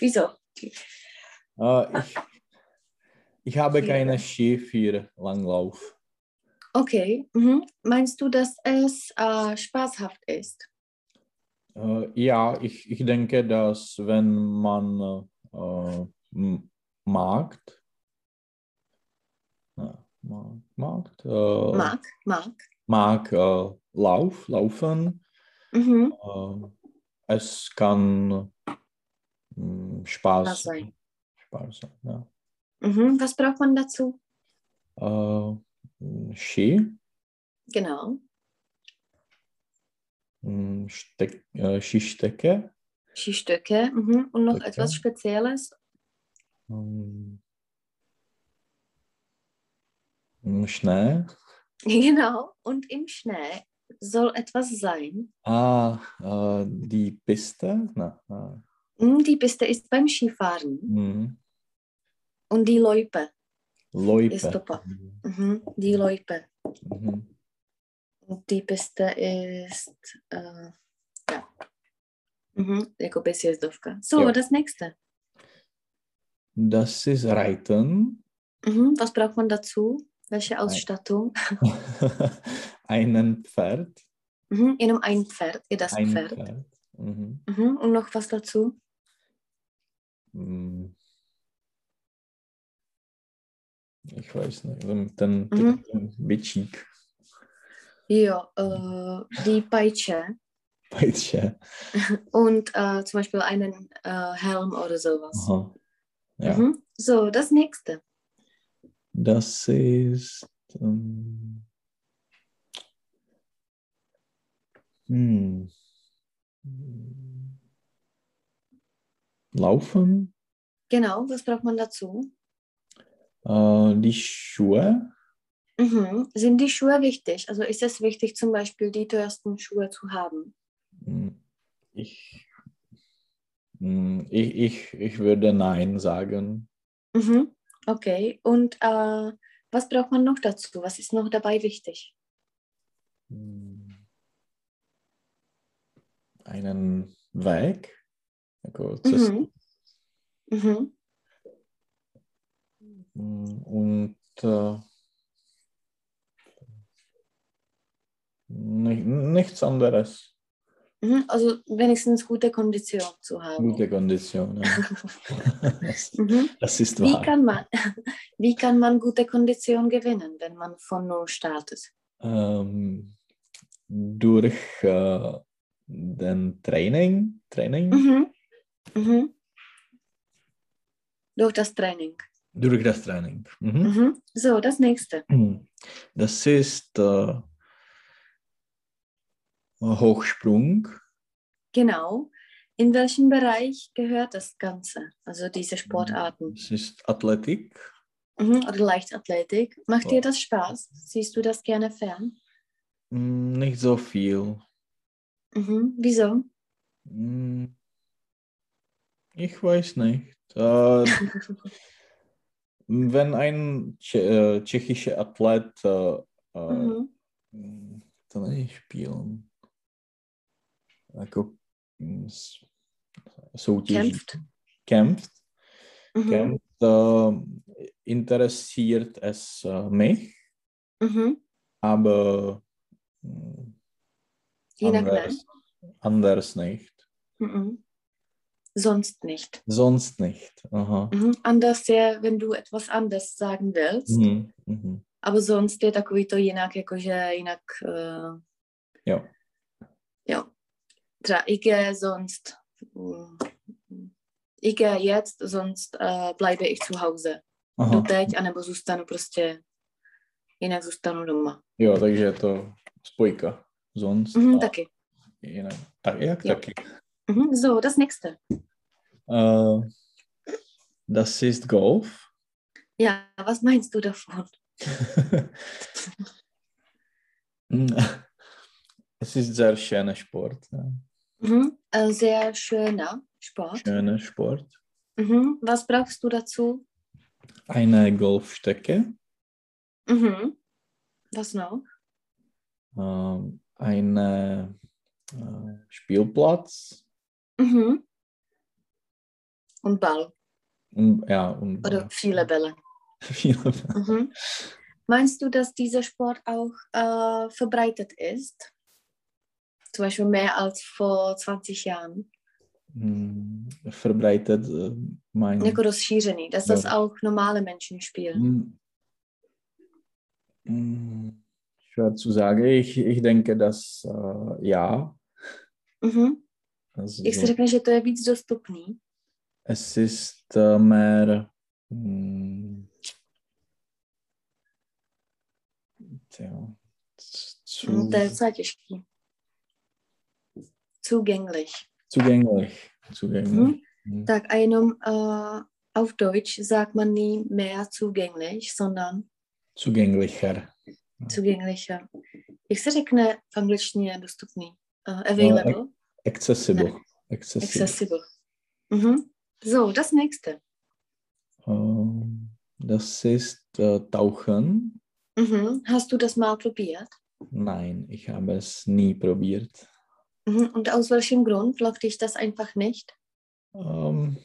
Speaker 2: Wieso?
Speaker 1: Äh, ich, ich habe
Speaker 2: Ski.
Speaker 1: keine Ski für Langlauf.
Speaker 2: Okay. Mhm. Meinst du, dass es äh, spaßhaft ist?
Speaker 1: Äh, ja, ich, ich denke, dass wenn man äh, m- mag, ne, mag, mag, äh,
Speaker 2: Mag, mag.
Speaker 1: mag äh, lauf, laufen,
Speaker 2: Mhm.
Speaker 1: äh, es kann mm,
Speaker 2: Spaß
Speaker 1: Spaß
Speaker 2: sein.
Speaker 1: Spaß sein ja.
Speaker 2: Mhm. Was braucht man dazu?
Speaker 1: äh, Ski,
Speaker 2: Genau.
Speaker 1: mm, Steck, äh, Skistecke,
Speaker 2: Skistöcke. Mhm. Und noch
Speaker 1: Stöcke.
Speaker 2: etwas Spezielles? <laughs>
Speaker 1: ähm, mm, Schnee.
Speaker 2: Genau. Und im Schnee soll etwas sein.
Speaker 1: Ah, äh, die Piste? Na, na,
Speaker 2: Mhm. Die Piste ist beim Skifahren.
Speaker 1: mhm.
Speaker 2: Und die Loipe
Speaker 1: Loipe.
Speaker 2: ist Topa. Mhm. Die Loipe.
Speaker 1: Mhm.
Speaker 2: Und die Piste ist, äh, ja. Mhm. Jako bezjezdovka. So,
Speaker 1: Jo.
Speaker 2: das nächste.
Speaker 1: Das ist Reiten. <laughs>
Speaker 2: Mhm. Was braucht man dazu? Welche Ausstattung?
Speaker 1: Einen Pferd.
Speaker 2: Mhm. Jenom ein Pferd, je das
Speaker 1: Ein
Speaker 2: Pferd.
Speaker 1: Pferd. Mhm.
Speaker 2: Mhm. Und noch was dazu?
Speaker 1: Mm. Ich weiß nicht, mit dem
Speaker 2: Mhm.
Speaker 1: <laughs> Bitschik.
Speaker 2: Jo, äh, die Peitsche
Speaker 1: Peitsche.
Speaker 2: und äh, zum Beispiel einen äh, Helm oder sowas.
Speaker 1: Aha. Ja.
Speaker 2: Mhm. So, das nächste.
Speaker 1: Das ist. Ähm, hm. Laufen,
Speaker 2: Genau, was braucht man dazu?
Speaker 1: äh, die Schuhe.
Speaker 2: Mhm. Sind die Schuhe wichtig? Also ist es wichtig, zum Beispiel die teuersten Schuhe zu haben?
Speaker 1: Hm, Ich, hm, ich, ich, ich würde Nein sagen.
Speaker 2: Mhm. Okay, und äh, was braucht man noch dazu? Was ist noch dabei wichtig?
Speaker 1: Hm, Einen Weg. Jako cest-
Speaker 2: Mhm. Mhm.
Speaker 1: Mm, Und äh, ni- nichts anderes.
Speaker 2: Mhm. Also wenigstens gute Kondition zu haben.
Speaker 1: Gute Kondition.
Speaker 2: <laughs>
Speaker 1: Ja. Das,
Speaker 2: Mhm.
Speaker 1: das ist
Speaker 2: Wie
Speaker 1: wahr.
Speaker 2: kann, man, <laughs> wie kann man gute Kondition gewinnen, wenn man von Null startet?
Speaker 1: Ähm, durch äh, den Training, Training,
Speaker 2: Mhm. Mhm. Durch das Training.
Speaker 1: durch das Training. Mhm.
Speaker 2: Mhm. So, das nächste.
Speaker 1: Das ist äh, Hochsprung.
Speaker 2: Genau. In welchem Bereich gehört das Ganze? Also diese Sportarten.
Speaker 1: Das ist Athletik.
Speaker 2: Mhm. Oder Leichtathletik. Macht dir
Speaker 1: Ja.
Speaker 2: das Spaß? Siehst du das gerne fern?
Speaker 1: Mm, Nicht so viel.
Speaker 2: Mhm. Wieso?
Speaker 1: Mm, Ich weiß nicht. Äh, wenn ein tsche äh, tschechischer Athlet äh, äh,
Speaker 2: Mhm.
Speaker 1: to není špíl. Jako mm, s- soutěží.
Speaker 2: Kämpft.
Speaker 1: Kämpft.
Speaker 2: Mhm.
Speaker 1: Kämpft. Äh, interessiert es äh, mich,
Speaker 2: Mhm.
Speaker 1: aber mm,
Speaker 2: Je nach
Speaker 1: anders, anders nicht.
Speaker 2: Mhm. Sonst nicht.
Speaker 1: Sonst nicht. Aha.
Speaker 2: Mhm. Anders je, wenn du etwas anders sagen willst.
Speaker 1: Mhm. Mhm.
Speaker 2: Aber sonst je takový to jinak, jakože jinak... Uh,
Speaker 1: Jo.
Speaker 2: Jo. Třeba IG sonst... mm, IG jetzt, sonst uh, bleibe ich zu Hause. Jdu
Speaker 1: Aha.
Speaker 2: teď, anebo zůstanu prostě... Jinak zůstanu doma.
Speaker 1: Jo, takže je to spojka. Sonst.
Speaker 2: Mhm,
Speaker 1: a
Speaker 2: taky.
Speaker 1: jinak. Tak, jak
Speaker 2: Jo.
Speaker 1: taky.
Speaker 2: Mhm, so, das nächste.
Speaker 1: Äh, das ist Golf.
Speaker 2: Ja, was meinst du davon?
Speaker 1: Mm. <laughs> es ist sehr schöner Sport. Ja.
Speaker 2: Mhm. Äh, sehr schöner Sport.
Speaker 1: Schöner Sport.
Speaker 2: Mhm. Was brauchst du dazu?
Speaker 1: Eine Golfstrecke,
Speaker 2: Mhm. Was noch?
Speaker 1: ähm, ein äh, Spielplatz
Speaker 2: Mhm. Und Ball
Speaker 1: und, ja, und <laughs>
Speaker 2: oder viele Bälle.
Speaker 1: viele.
Speaker 2: Mhm. Meinst du, dass dieser Sport auch äh, verbreitet ist? zum Beispiel mehr als vor 20 Jahren.
Speaker 1: mm, verbreitet äh, mein.
Speaker 2: Jako rozšířený, dass das
Speaker 1: Jo.
Speaker 2: auch normale Menschen spielen.
Speaker 1: Mm. Mm, Schwer zu sagen. Ich, ich denke, dass äh, ja.
Speaker 2: Mhm.
Speaker 1: Also,
Speaker 2: Jak se řekne, že to je víc dostupný?
Speaker 1: es ist äh, mehr. mm, Tja, z-
Speaker 2: No,
Speaker 1: zu,
Speaker 2: to je docela těžký. Zugänglich.
Speaker 1: zugänglich. zugänglich.
Speaker 2: Mhm.
Speaker 1: Mhm.
Speaker 2: Tak a jenom uh, auf Deutsch sagt man nie mehr zugänglich, sondern
Speaker 1: Zugänglicher.
Speaker 2: zugänglicher. Jak se řekne v angličtině dostupný? Uh, available,
Speaker 1: Accessible. Accessible.
Speaker 2: accessible. Mhm. So, das nächste.
Speaker 1: Ähm, das ist äh, Tauchen.
Speaker 2: Mhm. Hast du das mal probiert?
Speaker 1: Nein, ich habe es nie probiert.
Speaker 2: Mhm. Und aus welchem Grund lockt dich das einfach nicht?
Speaker 1: Ähm,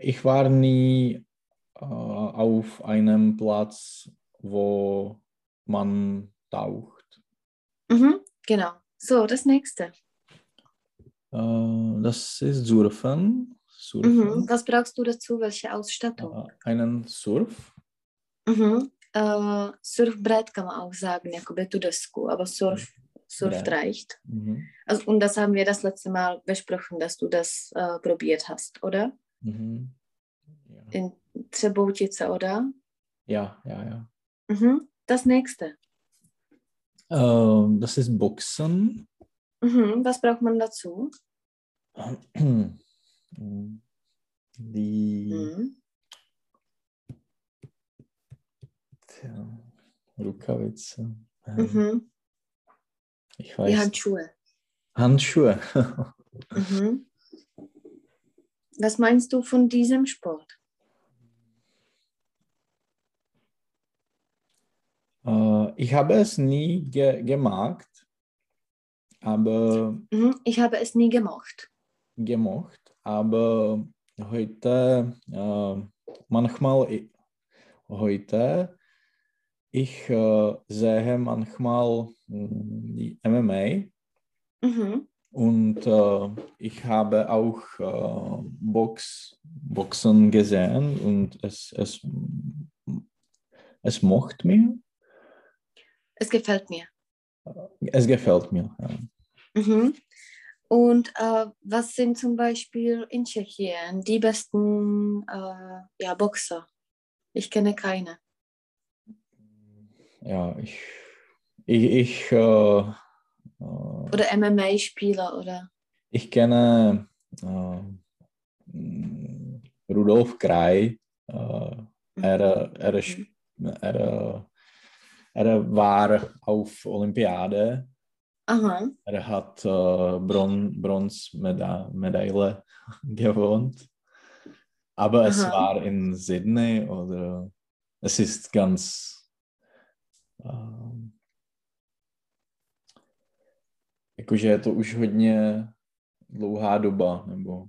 Speaker 1: ich war nie äh, auf einem Platz, wo man taucht.
Speaker 2: Mhm. Genau. So, das nächste.
Speaker 1: Äh, das ist Surfen. Surfen.
Speaker 2: Mhm. Was brauchst du dazu? Welche Ausstattung?
Speaker 1: Äh, einen Surf.
Speaker 2: Mhm. Uh, Surfbrett kann man auch sagen, jakoby tu desku, aber Surf, Surf
Speaker 1: Brett.
Speaker 2: reicht.
Speaker 1: Mhm.
Speaker 2: Also, und das haben wir das letzte Mal besprochen, dass du das äh, probiert hast, oder?
Speaker 1: Mhm. Ja.
Speaker 2: In Třeboutice, oder?
Speaker 1: ja, ja, ja.
Speaker 2: Mhm. Das nächste.
Speaker 1: Ähm, das ist Boxen. <clears throat>
Speaker 2: Mhm. Was braucht man dazu?
Speaker 1: Die
Speaker 2: Mhm.
Speaker 1: tja, Rukavice. Ähm,
Speaker 2: Mhm.
Speaker 1: Ich
Speaker 2: Die
Speaker 1: weiß.
Speaker 2: Handschuhe.
Speaker 1: Handschuhe.
Speaker 2: Mhm. Was meinst du von diesem Sport?
Speaker 1: Äh, ich habe es nie ge gemacht, aber
Speaker 2: Mhm. Ich habe es nie gemocht.
Speaker 1: gemocht. Aber heute äh, manchmal i- heute ich äh, sehe manchmal mm, die MMA.
Speaker 2: Mhm.
Speaker 1: Und äh, ich habe auch äh, Box, Boxen gesehen und es, es, es mocht mir.
Speaker 2: Es gefällt mir.
Speaker 1: Es gefällt mir. Ja.
Speaker 2: Mhm. Und äh, was sind zum Beispiel in Tschechien die besten äh, ja, Boxer? Ich kenne keine.
Speaker 1: Ja, ich, ich, ich, äh, äh,
Speaker 2: Oder MMA-Spieler oder.
Speaker 1: ich kenne äh, mm, Rudolf Krei. Äh,
Speaker 2: Mhm.
Speaker 1: er, er, sp- er, eh, er war auf Olympiade.
Speaker 2: Aha.
Speaker 1: Er hat äh, Bron <laughs> Bronzemedaille gewohnt. Aber es
Speaker 2: Aha.
Speaker 1: war in Sydney eh, oder es ist ganz. ähm, jakože je to už hodně dlouhá doba, nebo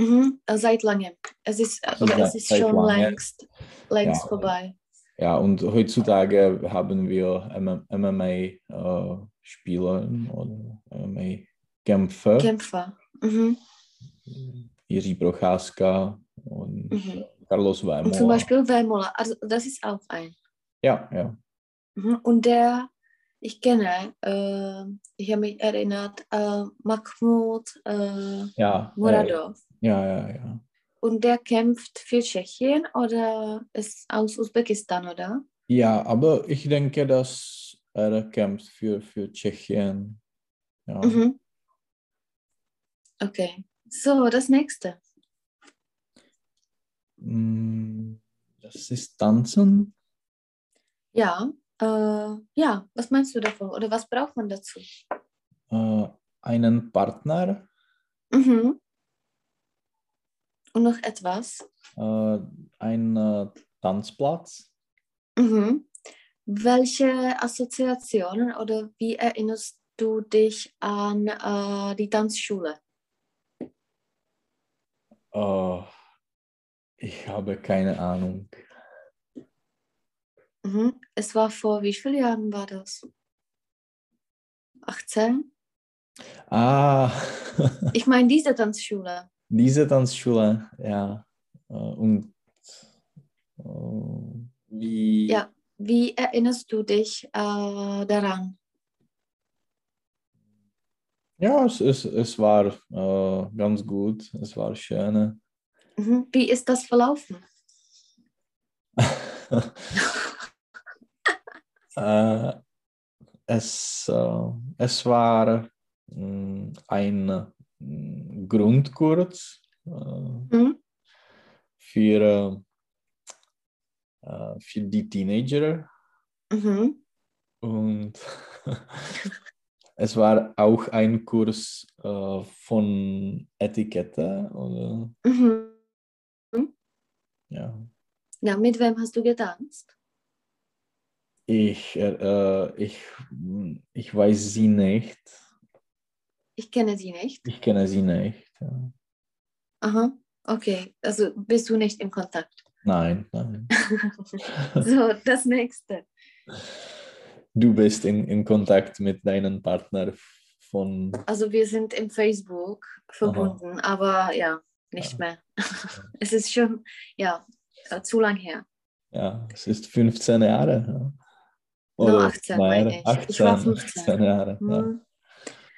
Speaker 2: Mhm. Äh, Seit langem. Es ist, äh, oder
Speaker 1: Seit-
Speaker 2: es ist
Speaker 1: seit
Speaker 2: schon
Speaker 1: langem.
Speaker 2: längst, längst
Speaker 1: Ja.
Speaker 2: vorbei.
Speaker 1: ja, und heutzutage haben wir eh, MMA-Spieler oder MMA-Kämpfer.
Speaker 2: Kämpfer. Mhm.
Speaker 1: Jiří Procházka und
Speaker 2: Mhm.
Speaker 1: Carlos Vémola.
Speaker 2: Und zum Beispiel Wemola. Also, das ist auch ein.
Speaker 1: Ja, ja.
Speaker 2: Mhm. Und der, ich kenne, äh, ich habe mich erinnert, äh, Mahmoud äh,
Speaker 1: Ja, ja,
Speaker 2: Muradov.
Speaker 1: ja, ja, ja.
Speaker 2: Und der kämpft für Tschechien oder ist aus Usbekistan, oder?
Speaker 1: Ja, aber ich denke, dass er kämpft für, für Tschechien. Ja.
Speaker 2: Mhm. Okay. So, das nächste.
Speaker 1: Mm, Das ist Tanzen.
Speaker 2: Ja. Äh, ja, was meinst du davon? Oder was braucht man dazu?
Speaker 1: Äh, einen Partner,
Speaker 2: Mhm. Und noch etwas.
Speaker 1: äh, ein äh, Tanzplatz.
Speaker 2: Mhm. Welche Assoziationen oder wie erinnerst du dich an äh, die Tanzschule?
Speaker 1: Äh, ich habe keine Ahnung.
Speaker 2: Mhm. Es war vor wie vielen Jahren war das? 18.
Speaker 1: Ah, <laughs>
Speaker 2: Ich meine diese Tanzschule.
Speaker 1: diese Tanzschule, ja. Äh, Und äh, wie,
Speaker 2: Ja. Wie erinnerst du dich äh, daran?
Speaker 1: ja es, es, es war äh, ganz gut, es war schön.
Speaker 2: Mhm. Wie ist das verlaufen?
Speaker 1: Äh, es, äh, es war mh, ein mh, Grundkurs äh,
Speaker 2: Mhm.
Speaker 1: für, äh, äh, für die Teenager
Speaker 2: Mhm.
Speaker 1: und <laughs> es war auch ein Kurs äh, von Etikette. Oder?
Speaker 2: Mhm.
Speaker 1: Ja.
Speaker 2: Ja, mit wem hast du getanzt?
Speaker 1: Ich, äh, ich, mh, ich weiß sie nicht.
Speaker 2: Ich kenne sie nicht.
Speaker 1: Ich kenne sie nicht. Ja.
Speaker 2: Aha, okay. Also bist du nicht
Speaker 1: <laughs>
Speaker 2: in Kontakt.
Speaker 1: Nein, nein.
Speaker 2: so, das nächste.
Speaker 1: Du bist in, in Kontakt mit deinem Partner von.
Speaker 2: Also wir sind in Facebook verbunden, aber ja, nicht
Speaker 1: Ja.
Speaker 2: mehr. <laughs> es ist schon, ja, äh, zu lang her.
Speaker 1: Ja, es ist 15 Jahre. Ja.
Speaker 2: Na, 18
Speaker 1: mehr,
Speaker 2: meine ich. Ich war 15.
Speaker 1: 18 Jahre. Ja.
Speaker 2: Hm.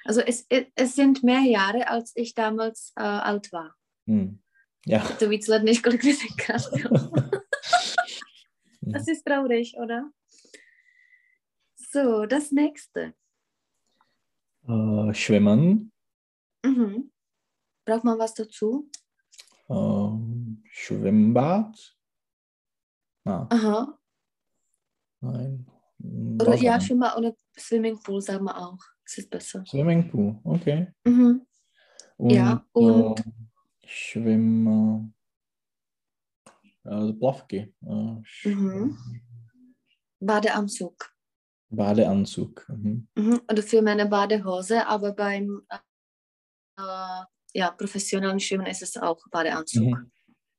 Speaker 2: Also es, es- es sind mehr Jahre, als ich damals äh, alt war.
Speaker 1: Hm. ja.
Speaker 2: To víc let, <laughs> než kolik mi
Speaker 1: <laughs>
Speaker 2: tenkrát bylo. Das ist traurig, oder? So, das nächste.
Speaker 1: Äh, schwimmen,
Speaker 2: Mhm. Braucht man was dazu?
Speaker 1: ähm, Schwimmbad. Na,
Speaker 2: Aha.
Speaker 1: nein.
Speaker 2: Oder
Speaker 1: Was
Speaker 2: ja,
Speaker 1: dann?
Speaker 2: schon mal ohne Swimmingpool, sagen wir auch. Das ist besser.
Speaker 1: Swimmingpool, okay.
Speaker 2: Mhm.
Speaker 1: Und,
Speaker 2: Ja, und-
Speaker 1: Äh, Schwimmen. Äh, Plavky. Äh, Sch-
Speaker 2: Mhm. Badeanzug.
Speaker 1: Badeanzug. Mhm.
Speaker 2: Mhm. Oder für meine Badehose, aber beim äh, ja, professionellen Schwimmen ist es auch Badeanzug.
Speaker 1: Mhm.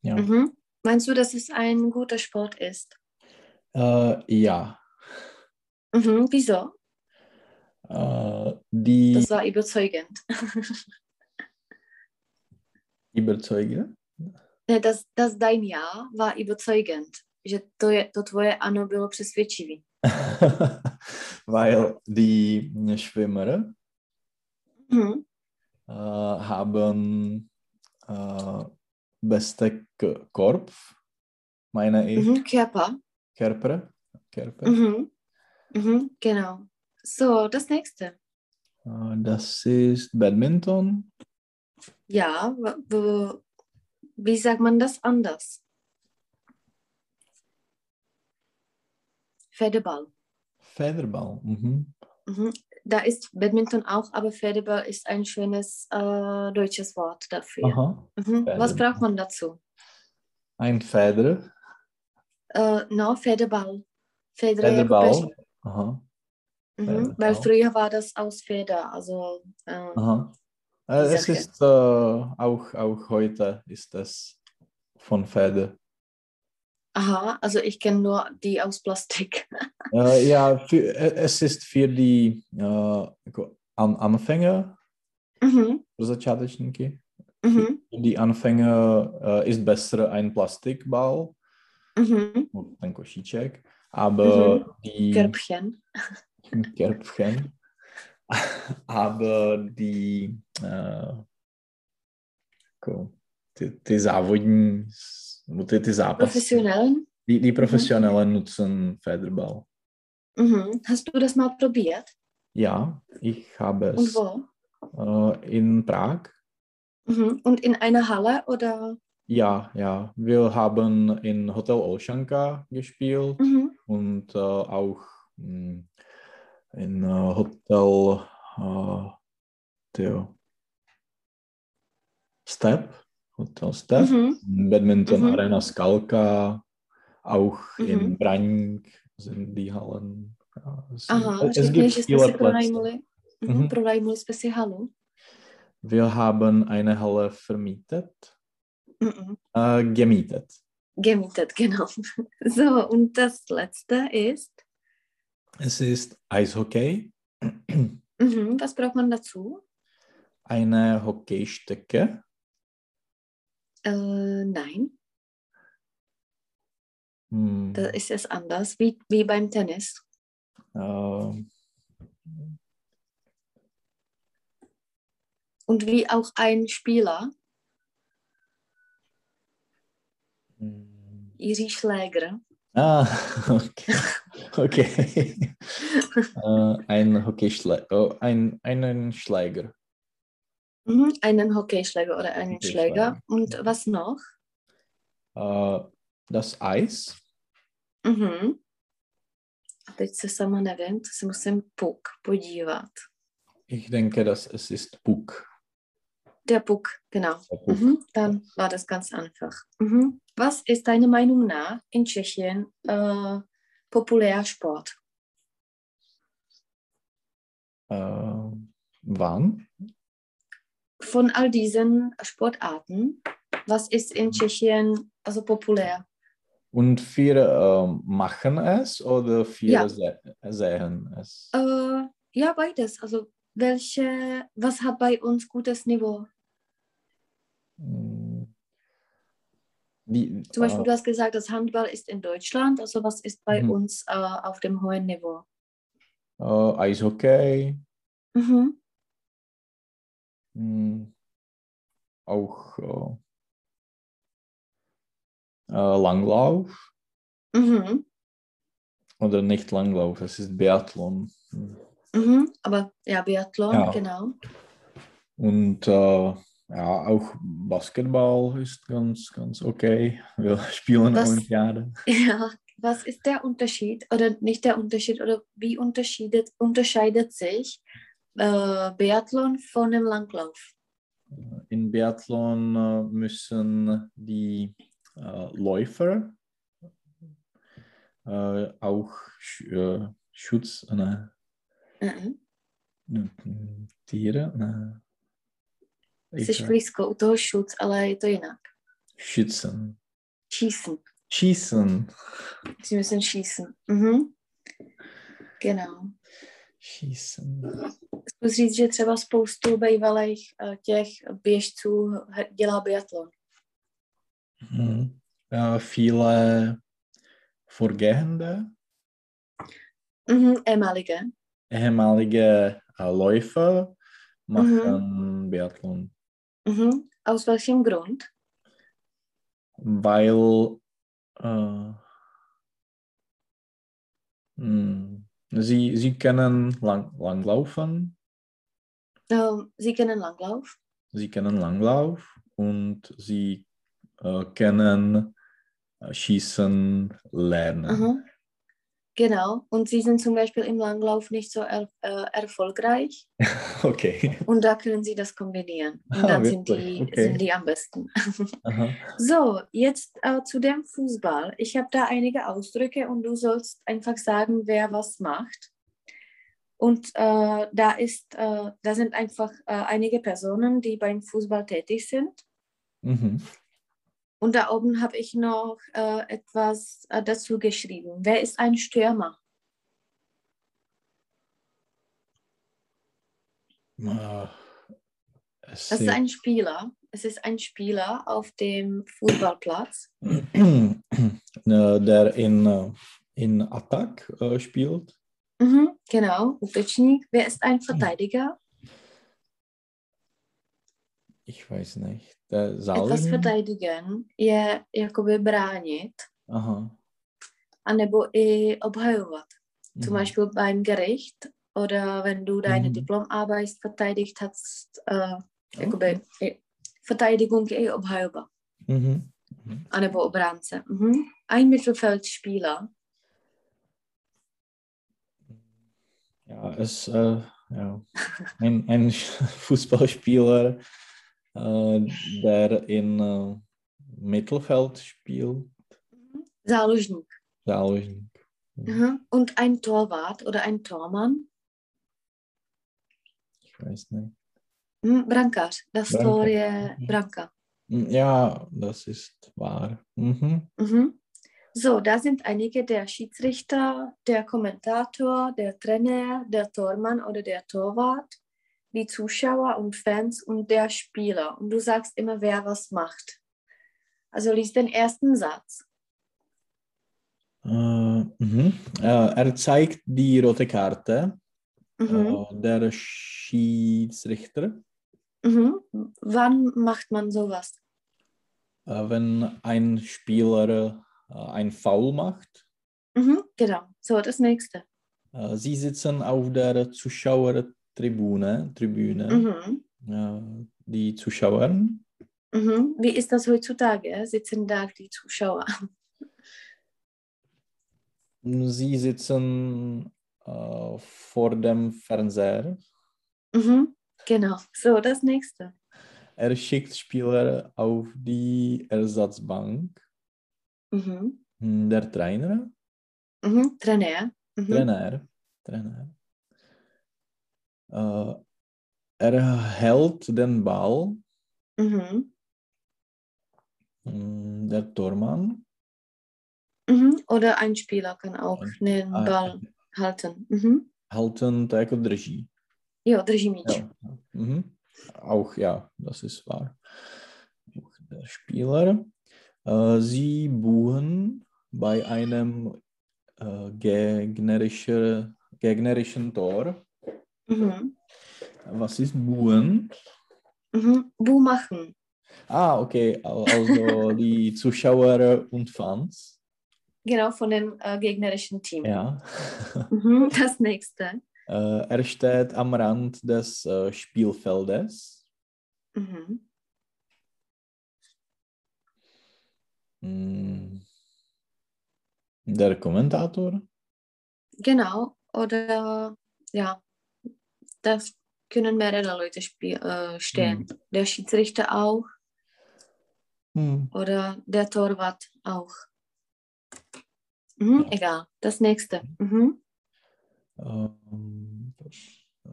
Speaker 1: Ja.
Speaker 2: Mhm. Meinst du, dass es ein guter Sport ist?
Speaker 1: Äh, ja.
Speaker 2: Mhm. Wieso?
Speaker 1: Äh, die
Speaker 2: Das war überzeugend.
Speaker 1: überzeuge.
Speaker 2: Ne, das, das dein Ja war überzeugend, že to, je, to tvoje ano bylo přesvědčivý.
Speaker 1: <laughs> Weil die Schwimmer
Speaker 2: Mhm.
Speaker 1: äh, haben äh, beste K- Korb, meine ich,
Speaker 2: Mhm. Körper.
Speaker 1: Körper. Körper.
Speaker 2: Mhm. Mhm. Genau. So, das nächste.
Speaker 1: Äh, das ist Badminton,
Speaker 2: Ja, w- w- wie sagt man das anders? Pferdeball.
Speaker 1: Federball. Mhm.
Speaker 2: Mhm. Da ist Badminton auch, aber Pferdeball ist ein schönes äh, deutsches Wort dafür.
Speaker 1: Aha.
Speaker 2: Mhm. Was
Speaker 1: Pferdeball.
Speaker 2: braucht man dazu?
Speaker 1: Ein Feder.
Speaker 2: Äh, no, Pferdeball. Pfedra jako
Speaker 1: Federball.
Speaker 2: peř-
Speaker 1: Aha.
Speaker 2: Mhm.
Speaker 1: Pferdeball.
Speaker 2: Weil früher war das aus Feder, also äh,
Speaker 1: Aha. Äh, es
Speaker 2: Sache.
Speaker 1: ist äh, auch, auch heute ist das von Pferde.
Speaker 2: aha, also ich kenne nur die aus Plastik. <laughs>
Speaker 1: Äh, ja, für, äh, es ist für die äh, ko- An Anfänger,
Speaker 2: Mhm.
Speaker 1: pro začátečníky.
Speaker 2: Mhm.
Speaker 1: Für die Anfänger äh, ist besser ein Plastikball,
Speaker 2: Mhm.
Speaker 1: ein Koschitschek, aber die
Speaker 2: Körbchen.
Speaker 1: <laughs> Körbchen, aber die, äh, ko- jako ty, ty závodní, s- nebo ty, ty zápasy.
Speaker 2: Professionellen.
Speaker 1: Die, die Professionellen nutzen Federball.
Speaker 2: Mhm. Hast du das mal probiert?
Speaker 1: Ja, ich habe
Speaker 2: Und
Speaker 1: es
Speaker 2: wo?
Speaker 1: äh, in Prag.
Speaker 2: Mhm. Und in einer Halle oder?
Speaker 1: Ja, ja. Wir haben in Hotel Olšanka gespielt
Speaker 2: Mhm.
Speaker 1: und äh, auch mh, in äh, Hotel äh, der Step, Hotel Step,
Speaker 2: Mhm.
Speaker 1: Badminton
Speaker 2: Mhm.
Speaker 1: Arena Skalka, auch in
Speaker 2: Mhm.
Speaker 1: Braň sind die Hallen. Ja, es,
Speaker 2: Aha,
Speaker 1: es
Speaker 2: řekni,
Speaker 1: gibt
Speaker 2: že jsme
Speaker 1: viele
Speaker 2: si
Speaker 1: Plätze.
Speaker 2: pronajmuli.
Speaker 1: Mhm.
Speaker 2: Mhm. Pronajmuli jsme si halu.
Speaker 1: Wir haben eine Halle vermietet,
Speaker 2: Mhm.
Speaker 1: äh, gemietet.
Speaker 2: Gemietet, <laughs> genau. So, und das letzte ist?
Speaker 1: Es ist Eishockey.
Speaker 2: Mhm, was braucht man dazu?
Speaker 1: <clears throat> Eine Hockeystecke,
Speaker 2: Äh, nein,
Speaker 1: hm,
Speaker 2: da ist es anders, wie, wie beim Tennis.
Speaker 1: ähm,
Speaker 2: Und wie auch ein Spieler,
Speaker 1: hm.
Speaker 2: Iri Schläger.
Speaker 1: Ah, <laughs> okay. okay. äh, ein Hockeyschläger, oh, ein, einen Schläger.
Speaker 2: Mhm, einen Hockeyschläger oder einen
Speaker 1: Hockeyschläger. Mhm.
Speaker 2: Schläger. Und was noch?
Speaker 1: Äh, das Eis,
Speaker 2: Mhm. A teď se sama nevím, to se musím puk podívat.
Speaker 1: ich denke, dass es ist Puck.
Speaker 2: Der Puck, genau.
Speaker 1: Der Puck.
Speaker 2: Mhm, dann war das ganz einfach. Mhm. Was ist deiner Meinung nach in Tschechien äh, populär Sport?
Speaker 1: Äh, wann?
Speaker 2: Von all diesen Sportarten, was ist in Tschechien also populär?
Speaker 1: Und wir ähm, machen es oder wir
Speaker 2: Ja.
Speaker 1: se sehen es?
Speaker 2: Äh, ja, beides. Also welche, was hat bei uns gutes Niveau?
Speaker 1: Hm. Die,
Speaker 2: Zum Beispiel,
Speaker 1: äh,
Speaker 2: du hast gesagt, das Handball ist in Deutschland. Also was ist bei
Speaker 1: Mhm.
Speaker 2: uns äh, auf dem hohen Niveau?
Speaker 1: äh, Eishockey,
Speaker 2: Mhm.
Speaker 1: hm, auch äh, äh, Langlauf.
Speaker 2: Mhm.
Speaker 1: Oder nicht Langlauf, es ist Biathlon.
Speaker 2: Mhm, aber ja, Biathlon,
Speaker 1: Ja.
Speaker 2: genau. <laughs>
Speaker 1: Und äh, ja, auch Basketball ist ganz, ganz okay. Wir <laughs> spielen
Speaker 2: Was-
Speaker 1: Olympiade.
Speaker 2: Ja. Was ist der Unterschied oder nicht der Unterschied oder wie unterscheidet, unterscheidet sich äh, Biathlon von dem Langlauf?
Speaker 1: In Biathlon äh, müssen die äh, Läufer äh, auch Sch- äh, Schutz, ne,
Speaker 2: Mhm.
Speaker 1: Tiere, ne,
Speaker 2: Jsi
Speaker 1: ich,
Speaker 2: blízko u toho šuc, ale je to jinak.
Speaker 1: schützen.
Speaker 2: Schießen.
Speaker 1: Schießen.
Speaker 2: Sie müssen schießen. Mhm. Genau.
Speaker 1: Schießen.
Speaker 2: Zkus říct, že třeba spoustu bývalých eh, těch běžců he- dělá biatlon.
Speaker 1: Mhm. Äh, viele Vorgehende,
Speaker 2: Mhm, ehemalige.
Speaker 1: ehemalige äh, Läufer machen Biathlon,
Speaker 2: Mhm. Aus welchem Grund?
Speaker 1: weil äh, mh, hm, sie, sie können lang, langlaufen,
Speaker 2: Ähm, Sie kennen Langlauf.
Speaker 1: sie können Langlauf und sie äh, können äh, Schießen lernen.
Speaker 2: Aha. Mhm. Genau, und sie sind zum Beispiel im Langlauf nicht so er, äh, erfolgreich
Speaker 1: <laughs> Okay.
Speaker 2: und da können sie
Speaker 1: <laughs>
Speaker 2: das kombinieren. Und
Speaker 1: Ah,
Speaker 2: dann sind
Speaker 1: wirklich?
Speaker 2: die,
Speaker 1: Okay.
Speaker 2: sind die am besten.
Speaker 1: Aha.
Speaker 2: So, jetzt äh, zu dem Fußball. Ich habe da einige Ausdrücke und du sollst einfach sagen, wer was macht. Und äh, da, ist, äh, da sind einfach äh, einige Personen, die beim Fußball tätig sind.
Speaker 1: Mhm.
Speaker 2: Und da oben habe ich noch äh, etwas äh, dazu geschrieben. Wer ist ein Stürmer?
Speaker 1: Äh, es
Speaker 2: Das
Speaker 1: sind-
Speaker 2: ist ein Spieler. Es ist ein Spieler auf dem Fußballplatz.
Speaker 1: <clears throat> Äh, der in, äh, in Attack äh, spielt.
Speaker 2: Mhm, genau, Upečník. Wer ist ein Verteidiger?
Speaker 1: Ich weiß nicht. Der
Speaker 2: Etwas
Speaker 1: Salin.
Speaker 2: verteidigen je jakoby bránit,
Speaker 1: Aha.
Speaker 2: anebo i obhajovat. Zum
Speaker 1: Mhm.
Speaker 2: Beispiel beim Gericht oder wenn du deine
Speaker 1: Mhm.
Speaker 2: Diplomarbeit verteidigt hast, äh,
Speaker 1: Okay.
Speaker 2: jakoby i Verteidigung i obhajoba,
Speaker 1: Mhm.
Speaker 2: anebo obránce. Mhm. Ein Mittelfeldspieler.
Speaker 1: Ja, es äh, ja. Ein, <laughs> ein Fußballspieler, äh, der in äh, Mittelfeld spielt.
Speaker 2: Záložník.
Speaker 1: Salin.
Speaker 2: Mhm. Und ein Torwart oder ein Tormann.
Speaker 1: Ich weiß nicht.
Speaker 2: Hm, brankář. Das
Speaker 1: Brankář.
Speaker 2: Tor je branka.
Speaker 1: Mm, Ja, das ist wahr. Mhm.
Speaker 2: Mhm. So, da sind einige der Schiedsrichter, der Kommentator, der Trainer, der Tormann oder der Torwart, die Zuschauer und Fans und der Spieler. Und du sagst immer, wer was macht. Also lies den ersten Satz.
Speaker 1: Äh, mhm. äh, er zeigt die rote Karte,
Speaker 2: Mhm.
Speaker 1: äh, der Schiedsrichter,
Speaker 2: Mhm. Wann macht man sowas?
Speaker 1: äh, wenn ein Spieler äh, ein Foul macht.
Speaker 2: Mhm. Genau. So, das nächste.
Speaker 1: Äh, sie sitzen auf der Zuschauertribüne, Tribüne,
Speaker 2: Mhm.
Speaker 1: äh, die Zuschauer.
Speaker 2: Mhm. Wie ist das heutzutage? Sitzen da die Zuschauer? <laughs>
Speaker 1: Sie sitzen äh, vor dem Fernseher.
Speaker 2: Mhm. Genau. So, das nächste.
Speaker 1: Er schickt Spieler auf die Ersatzbank.
Speaker 2: Mhm.
Speaker 1: Hm, Der Trainer?
Speaker 2: Mhm. Trainer. Mhm.
Speaker 1: Trainer. Trainer. Äh, er hält den Ball.
Speaker 2: Mhm.
Speaker 1: Hm, Der Tormann.
Speaker 2: Mhm. Oder ein Spieler kann auch
Speaker 1: Ein-
Speaker 2: den
Speaker 1: Ah,
Speaker 2: Ball halten. Mhm.
Speaker 1: Halten tak jako drží.
Speaker 2: Ja, Drzimic.
Speaker 1: Ja. Mhm. Auch ja, das ist wahr. Auch der Spieler. Äh, sie buhen bei einem äh, gegnerischer, gegnerischen Tor.
Speaker 2: Mhm.
Speaker 1: Was ist buhen?
Speaker 2: Mhm. Bu machen.
Speaker 1: Ah, okay, al- also die <laughs> Zuschauer und Fans.
Speaker 2: Genau, von dem äh, gegnerischen Team.
Speaker 1: Ja. <laughs>
Speaker 2: Mhm. Das nächste.
Speaker 1: Äh, er steht am Rand des äh, Spielfeldes.
Speaker 2: Mhm.
Speaker 1: Mm. Der Kommentator?
Speaker 2: Genau. Oder ja, das können mehrere Leute spiel, äh, stehen.
Speaker 1: Mhm.
Speaker 2: Der Schiedsrichter auch Hmm.
Speaker 1: Hm.
Speaker 2: oder der Torwart auch. Mhm,
Speaker 1: Ja.
Speaker 2: Egal. Das nächste. Mhm.
Speaker 1: Ähm, äh,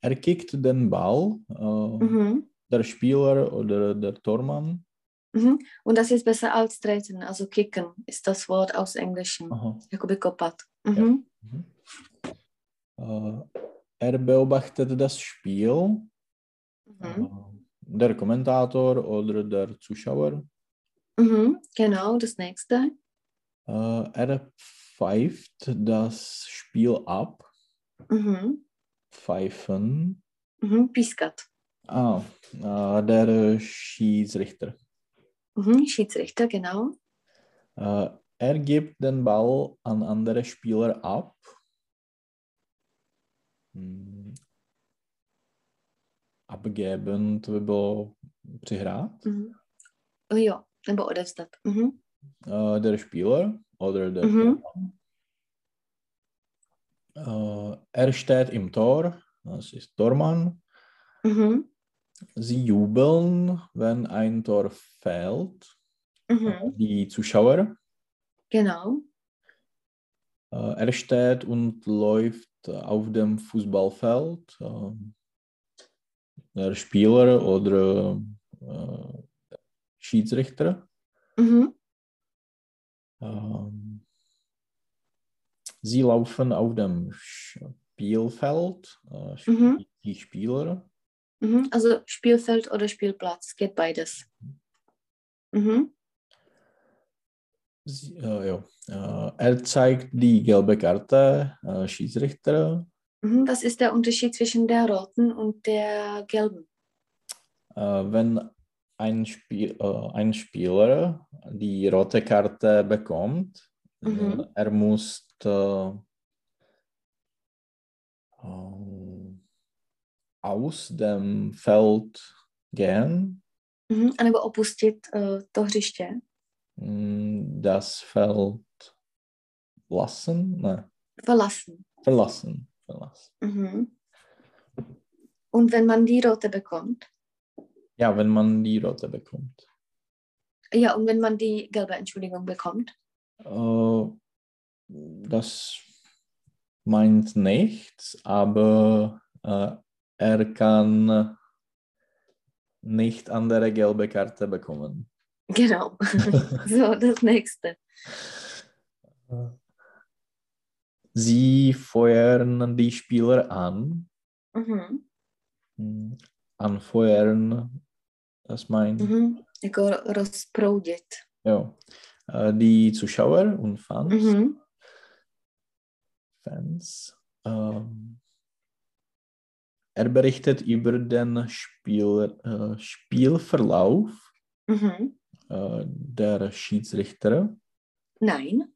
Speaker 1: er kickt den Ball, äh,
Speaker 2: Mhm.
Speaker 1: der Spieler oder der Tormann.
Speaker 2: Mhm. Und das ist besser als treten, also kicken ist das Wort aus Englischen.
Speaker 1: Aha.
Speaker 2: Jakoby Kopat. Mhm.
Speaker 1: Mhm. Äh, er beobachtet das Spiel,
Speaker 2: Mhm.
Speaker 1: äh, der Kommentator oder der Zuschauer.
Speaker 2: Mhm. Genau, das nächste.
Speaker 1: Äh, er pfeift das Spiel ab.
Speaker 2: Mhm.
Speaker 1: Pfeifen.
Speaker 2: Mhm. Piskat.
Speaker 1: Ah, äh, der Schiedsrichter.
Speaker 2: Mhm. Schiedsrichter, genau.
Speaker 1: Äh, er gibt den Ball an andere Spieler ab. Hm. Abgeben to by bylo přihrát.
Speaker 2: Mhm. Oh, jo, nebo odevzdat. Mhm.
Speaker 1: Äh, der Spieler oder der
Speaker 2: Mhm.
Speaker 1: Tormann. Äh, er steht im Tor. Das ist Tormann.
Speaker 2: Mhm.
Speaker 1: Sie jubeln, wenn ein Tor fällt.
Speaker 2: Mhm.
Speaker 1: Die Zuschauer.
Speaker 2: Genau.
Speaker 1: Äh, er steht und läuft auf dem Fußballfeld. Ähm, der Spieler oder äh, Schiedsrichter.
Speaker 2: Mhm.
Speaker 1: Ähm, sie laufen auf dem Spielfeld. Äh, sp-
Speaker 2: Mhm.
Speaker 1: Die Spieler.
Speaker 2: Mhm. Also Spielfeld oder Spielplatz, geht beides. Mhm.
Speaker 1: Sie, äh, ja. äh, er zeigt die gelbe Karte. Äh, Schiedsrichter.
Speaker 2: Mhm. Was ist der Unterschied zwischen der roten und der gelben?
Speaker 1: Äh, wenn ein, Spiel, äh, ein Spieler die rote Karte bekommt,
Speaker 2: Mhm.
Speaker 1: äh, er muss äh, ähm, aus dem Feld gehen,
Speaker 2: Mhm. Anebo opustit uh, to hřiště.
Speaker 1: mh, mm, das Feld lassen, ne,
Speaker 2: Verlassen.
Speaker 1: verlassen, verlassen.
Speaker 2: Mhm. Und wenn man die rote bekommt?
Speaker 1: Ja, wenn man die rote bekommt.
Speaker 2: Ja, und wenn man die gelbe Entschuldigung bekommt? <laughs>
Speaker 1: Äh, das meint nichts, aber äh, er kann nicht andere gelbe Karte bekommen.
Speaker 2: Genau. so, das nächste.
Speaker 1: Sie feuern die Spieler an.
Speaker 2: Mhm.
Speaker 1: Hm, Anfeuern, das meint.
Speaker 2: Mhm. Jako ro- rozproudit.
Speaker 1: Jo. Äh, Die Zuschauer und Fans.
Speaker 2: Mhm.
Speaker 1: Fans. Ähm, er berichtet über den Spiel, äh, Spielverlauf
Speaker 2: Mhm.
Speaker 1: äh, der Schiedsrichter,
Speaker 2: Nein,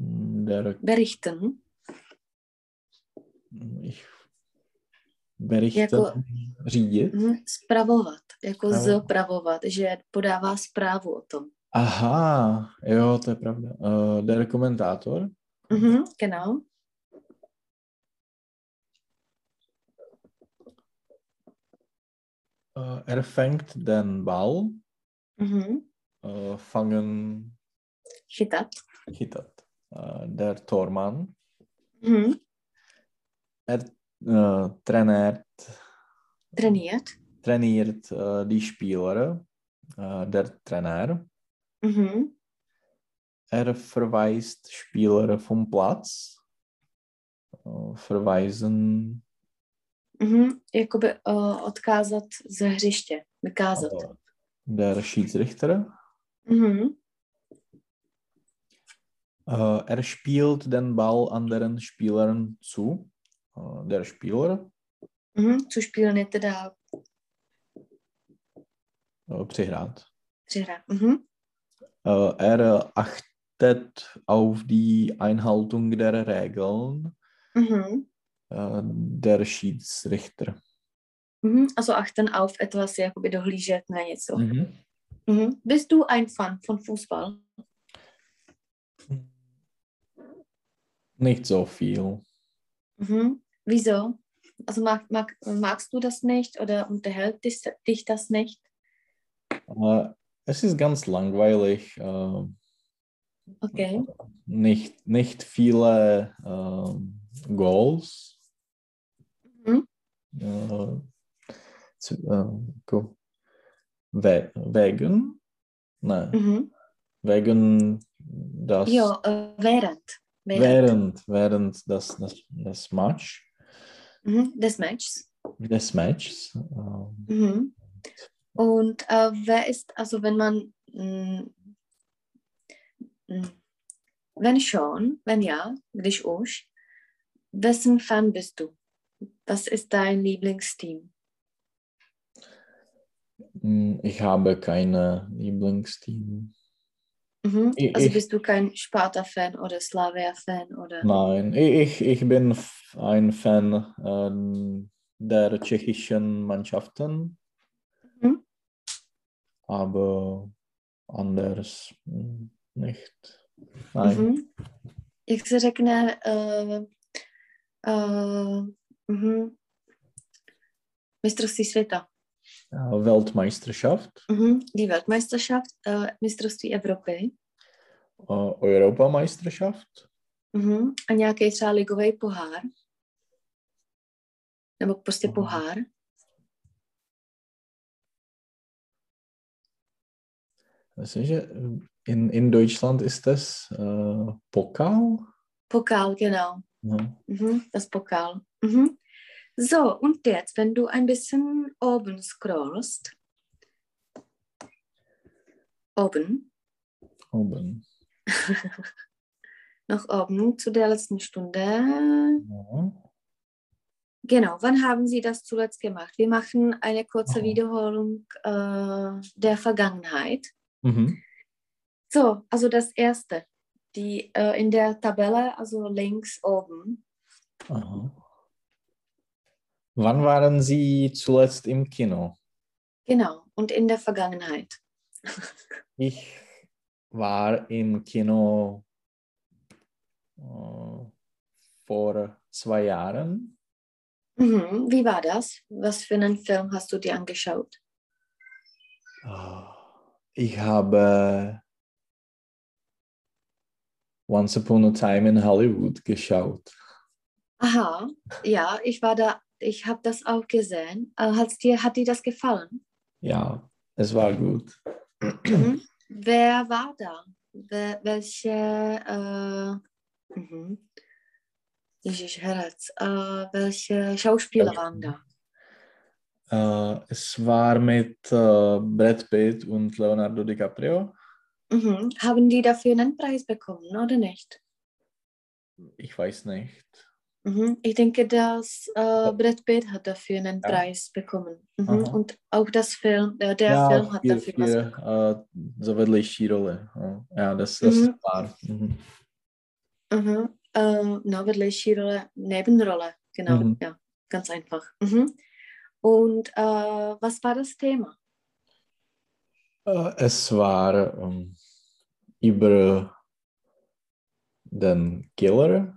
Speaker 1: mh, der
Speaker 2: berichten.
Speaker 1: mh, ich berichtet
Speaker 2: Jako-
Speaker 1: řídit.
Speaker 2: Mhm. Spravovat, jako
Speaker 1: Spravovat.
Speaker 2: zpravovat, že podává zprávu o tom.
Speaker 1: Aha, jo, to je pravda. Eh, der Kommentator,
Speaker 2: Mhm. Genau.
Speaker 1: äh, er fängt den Ball,
Speaker 2: Mhm.
Speaker 1: äh, fangen
Speaker 2: Chytat.
Speaker 1: hittet. Äh, der Tormann,
Speaker 2: Mhm.
Speaker 1: er äh, trainiert,
Speaker 2: Trainiert.
Speaker 1: trainiert äh, die Spieler, äh, der Trainer.
Speaker 2: Mhm.
Speaker 1: Er verweist Spieler vom Platz. Äh, verweisen,
Speaker 2: Mhm. Jakoby uh, odkázat ze hřiště, vykázat.
Speaker 1: äh, der Schiedsrichter.
Speaker 2: Mhm.
Speaker 1: Äh, er spielt den Ball anderen Spielern zu. Äh, der Spieler
Speaker 2: Mhm. Což pílny teda
Speaker 1: äh, přihrát.
Speaker 2: přihrá. Mhm.
Speaker 1: Äh, er äh, achtet auf die Einhaltung der Regeln.
Speaker 2: Mhm.
Speaker 1: Äh, der Schiedsrichter.
Speaker 2: Mhm. Also achten auf etwas, jakoby dohlížet na něco. Mhm. Bist du ein Fan von Fußball?
Speaker 1: Nicht so viel.
Speaker 2: Mhm. Wieso? Also mag, mag, magst du das nicht oder unterhält dich, dich das nicht?
Speaker 1: Äh, es ist ganz langweilig. Äh,
Speaker 2: Okay.
Speaker 1: nicht, nicht viele äh, Goals.
Speaker 2: Mhm.
Speaker 1: Äh, zu, äh, ko- we wegen? Ne,
Speaker 2: Mhm.
Speaker 1: wegen das
Speaker 2: Jo, uh, während.
Speaker 1: während, während das, das, das Match,
Speaker 2: Mhm. Des Matches.
Speaker 1: des Matches. Äh,
Speaker 2: Mhm. Und äh, wer ist, also wenn man, mm, mh, mh, wenn schon, wenn ja, když už, wessen Fan bist du? Was ist dein Lieblingsteam?
Speaker 1: mh, ich habe keine Lieblingsteam.
Speaker 2: Mhm.
Speaker 1: Ich-
Speaker 2: Also
Speaker 1: ich-
Speaker 2: bist du kein Sparta-Fan oder Slavia-Fan oder?
Speaker 1: Nein, ich, ich bin f- ein Fan ähm, der tschechischen Mannschaften,
Speaker 2: Mhm.
Speaker 1: aber anders mm, nicht. Nein.
Speaker 2: Mhm. Jak se řekne, uh, uh, uh, mistrovství světa,
Speaker 1: Äh, Weltmeisterschaft,
Speaker 2: mhm. die Weltmeisterschaft, uh, mistrovství Evropy.
Speaker 1: äh, Europameisterschaft,
Speaker 2: Mhm. A nějaký třeba ligový pohár? Nebo prostě
Speaker 1: Aha.
Speaker 2: pohár?
Speaker 1: das ist, ja- in, in Deutschland ist das äh, Pokal. ne?
Speaker 2: Pokal, genau.
Speaker 1: Ja.
Speaker 2: Mhm. Das Pokal. Mhm. So, und jetzt, wenn du ein bisschen oben scrollst. Oben,
Speaker 1: Oben.
Speaker 2: noch oben zu der letzten Stunde.
Speaker 1: Ja.
Speaker 2: Genau, wann haben Sie das zuletzt gemacht? Wir machen eine kurze
Speaker 1: Aha.
Speaker 2: Wiederholung äh, der Vergangenheit.
Speaker 1: Mhm.
Speaker 2: So, also das erste, die äh, in der Tabelle, also links oben.
Speaker 1: Aha. Wann waren Sie zuletzt im Kino?
Speaker 2: Genau, und in der Vergangenheit.
Speaker 1: Ich war im Kino äh, vor zwei Jahren.
Speaker 2: Mhm. Wie war das? Was für einen Film hast du dir angeschaut?
Speaker 1: Ich habe Once Upon a Time in Hollywood geschaut.
Speaker 2: Aha, ja, ich war da, ich habe das auch gesehen. Äh, hat's dir, hat dir das gefallen?
Speaker 1: Ja, es war gut.
Speaker 2: Mhm. Wer war da? we, welche, äh, mhm. Ježíš, herec, äh, welche Schauspieler waren da?
Speaker 1: Äh, es war mit äh, Brad Pitt und Leonardo DiCaprio.
Speaker 2: Mhm. Haben die dafür einen Preis bekommen oder nicht?
Speaker 1: Ich weiß nicht.
Speaker 2: Mhm. Ich denke, dass äh, Brad Pitt hat dafür einen
Speaker 1: Ja.
Speaker 2: Preisen bekommen. Mhm.
Speaker 1: Aha.
Speaker 2: Und auch das Film, äh, der Film hat
Speaker 1: hier,
Speaker 2: dafür was bekommen.
Speaker 1: hier, äh, za vedlejší roli. no. Ja, das, das
Speaker 2: Mhm.
Speaker 1: war. Mhm.
Speaker 2: Mhm. Äh, na, vedlejší role, Nebenrolle, genau,
Speaker 1: Mhm.
Speaker 2: ja, ganz einfach. Mhm. Und äh, was war das Thema?
Speaker 1: Äh, es war ähm, über den Killer,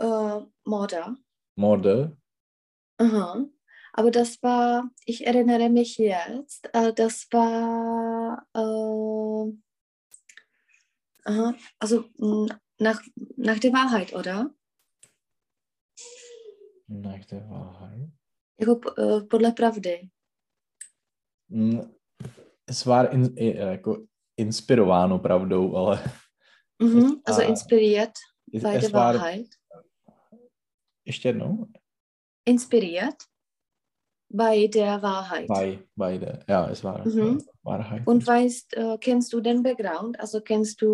Speaker 2: Äh, Mörder.
Speaker 1: Morde.
Speaker 2: Aha. Aber das war, ich erinnere mich jetzt, äh, das war, äh, aha, also mh, nach, nach der Wahrheit, oder?
Speaker 1: Nach der Wahrheit.
Speaker 2: Jako eh, podle pravdy.
Speaker 1: Mm, Es war in, i- jako inspirováno pravdou, ale <laughs>
Speaker 2: Mhm. Also
Speaker 1: Ah.
Speaker 2: inspiriert bei
Speaker 1: es
Speaker 2: der
Speaker 1: war
Speaker 2: Wahrheit.
Speaker 1: ještě jednou
Speaker 2: Inspiriert bei der Wahrheit.
Speaker 1: bei, beide. Ja, es war
Speaker 2: Mhm.
Speaker 1: Wahrheit.
Speaker 2: Und weißt, äh, kennst du den Background? Also kennst du,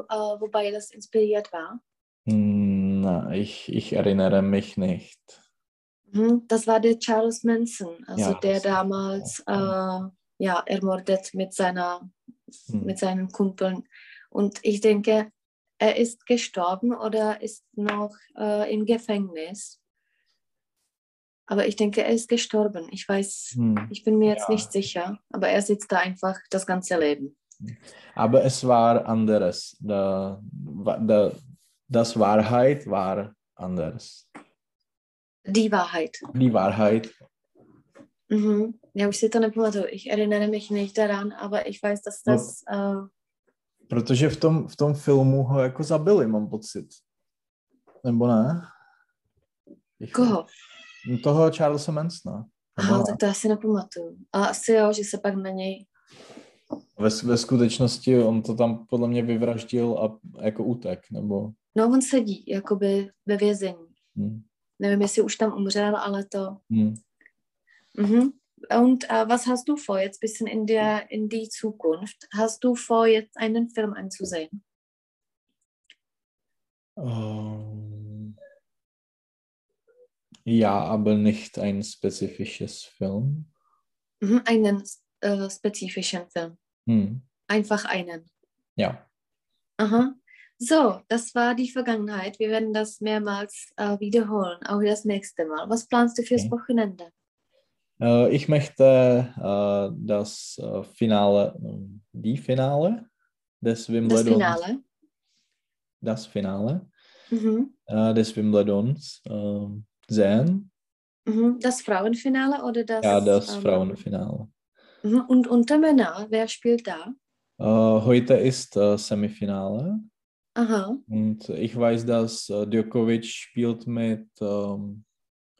Speaker 2: äh, wobei das inspiriert war?
Speaker 1: Mm, Na, ich, ich erinnere mich nicht.
Speaker 2: Mhm. Das war der Charles Manson, also
Speaker 1: Ja,
Speaker 2: der
Speaker 1: das war-
Speaker 2: damals äh, ja, ermordet mit, seiner,
Speaker 1: Mhm.
Speaker 2: mit seinen Kumpeln. Und ich denke, er ist gestorben oder ist noch äh, im Gefängnis. Aber ich denke, er ist gestorben. Ich weiß,
Speaker 1: Hm.
Speaker 2: ich bin mir jetzt
Speaker 1: Ja.
Speaker 2: nicht sicher, aber er sitzt da einfach das ganze Leben.
Speaker 1: Aber es war anderes. Da, wa- da, das Wahrheit war anders.
Speaker 2: Die Wahrheit.
Speaker 1: Die Wahrheit.
Speaker 2: Mhm. Já už si to nepamatuju. Ich erinnere mich nicht daran, aber ich weiß, dass
Speaker 1: No.
Speaker 2: das... Äh,
Speaker 1: Protože v tom, v tom filmu ho jako zabili, mám pocit. Nebo ne? Ich-
Speaker 2: äh, koho? Also,
Speaker 1: No Toho Charlesa Mansona. Nebo
Speaker 2: Aha,
Speaker 1: ne?
Speaker 2: tak to asi nepamatuju. A asi jo, že se pak na něj...
Speaker 1: Ve, ve skutečnosti on to tam podle mě vyvraždil a jako utek, nebo...
Speaker 2: No, on sedí jakoby ve vězení.
Speaker 1: Hm.
Speaker 2: Nevím, jestli už tam umřel, ale to...
Speaker 1: Hm.
Speaker 2: Mhm. Und äh, was hast du vor jetzt bisschen in der in die Zukunft? Hast du vor jetzt einen Film anzusehen?
Speaker 1: Ähm, ja, aber nicht ein spezifisches Film.
Speaker 2: Mhm. Einen äh, spezifischen Film.
Speaker 1: Hm.
Speaker 2: Einfach einen.
Speaker 1: Ja.
Speaker 2: Aha. So, das war die Vergangenheit. Wir werden das mehrmals äh, wiederholen, auch das nächste Mal. Was planst du fürs
Speaker 1: Okay.
Speaker 2: Wochenende?
Speaker 1: Äh, ich möchte äh, das äh, Finale, äh, die Finale des
Speaker 2: Das
Speaker 1: Wimbledons,
Speaker 2: Finale.
Speaker 1: das Finale
Speaker 2: Mhm.
Speaker 1: äh, des Wimbledons äh, sehen.
Speaker 2: Mhm. Das Frauenfinale oder das?
Speaker 1: Ja, das
Speaker 2: ähm,
Speaker 1: Frauenfinale.
Speaker 2: mhm. Und unter Männer, wer spielt da?
Speaker 1: Äh, heute ist äh, Semifinale
Speaker 2: Aha.
Speaker 1: und ich weiß, dass äh, Djokovic spielt mit ähm,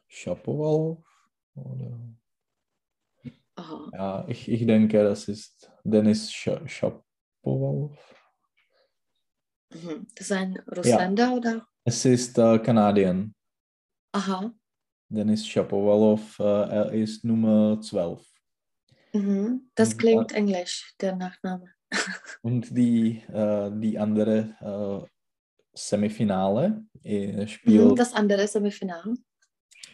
Speaker 1: Shapovalov oder
Speaker 2: Aha.
Speaker 1: Ja, ich, ich denke, das ist Dennis Scha- Shapovalov.
Speaker 2: Mhm. Das ist ein Russländer oder?
Speaker 1: Es ist äh, Kanadien.
Speaker 2: Aha.
Speaker 1: Dennis Shapovalov, äh, er ist Nummer 12.
Speaker 2: Mhm. Das
Speaker 1: Mhm.
Speaker 2: klingt englisch, der Nachname.
Speaker 1: Und die, äh, die andere äh, Semifinale äh, spielt
Speaker 2: Mhm. Das andere Semifinale.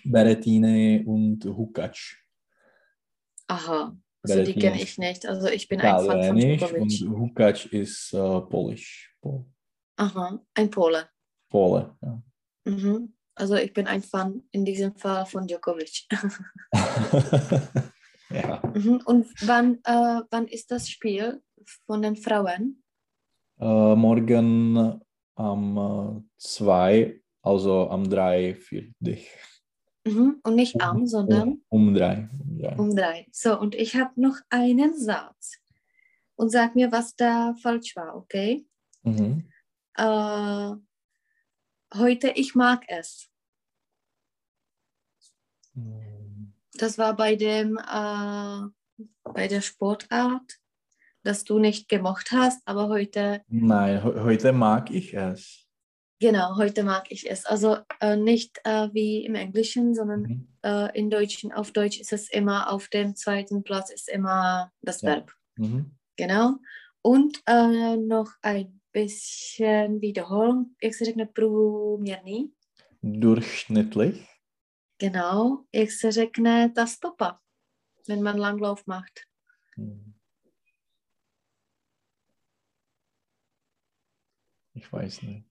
Speaker 1: Berrettini und Hukac.
Speaker 2: Aha. Also die
Speaker 1: Berrettini
Speaker 2: kenne
Speaker 1: ist
Speaker 2: ich nicht. Also ich bin ein Fan von
Speaker 1: Italienisch und
Speaker 2: Djokovic.
Speaker 1: Hukac ist äh, Polisch. Po
Speaker 2: Aha. Ein Pole.
Speaker 1: Pole. Ja. <laughs>
Speaker 2: Mhm. Also ich bin ein Fan in diesem Fall von Djokovic. <laughs>
Speaker 1: ja.
Speaker 2: Mhm. Und wann, äh, wann ist das Spiel von den Frauen?
Speaker 1: Äh, morgen am 2, also am 3 für dich.
Speaker 2: Mhm. Und nicht am, sondern
Speaker 1: Um, um 3. Um drei.
Speaker 2: um drei. So, und ich habe noch einen Satz. Und sag mir, was da falsch war, okay?
Speaker 1: Mhm.
Speaker 2: Äh, heute, ich mag es.
Speaker 1: Mhm.
Speaker 2: Das war bei dem, äh, bei der Sportart. das du nicht gemocht hast, aber heute,
Speaker 1: Nein, he- heute mag ich es.
Speaker 2: genau, heute mag ich es. Also äh, nicht äh, wie im Englischen, sondern
Speaker 1: Mhm.
Speaker 2: äh, in Deutschen, auf Deutsch ist es immer, auf dem zweiten Platz ist immer das
Speaker 1: Ja.
Speaker 2: Verb.
Speaker 1: Mhm.
Speaker 2: Genau. Und äh, noch ein bisschen Wiederholung. Ich řekne průměrný.
Speaker 1: Durchschnittlich.
Speaker 2: Genau. Ich řekne ta stopa, wenn man Langlauf macht.
Speaker 1: Mhm. Ich weiß nicht.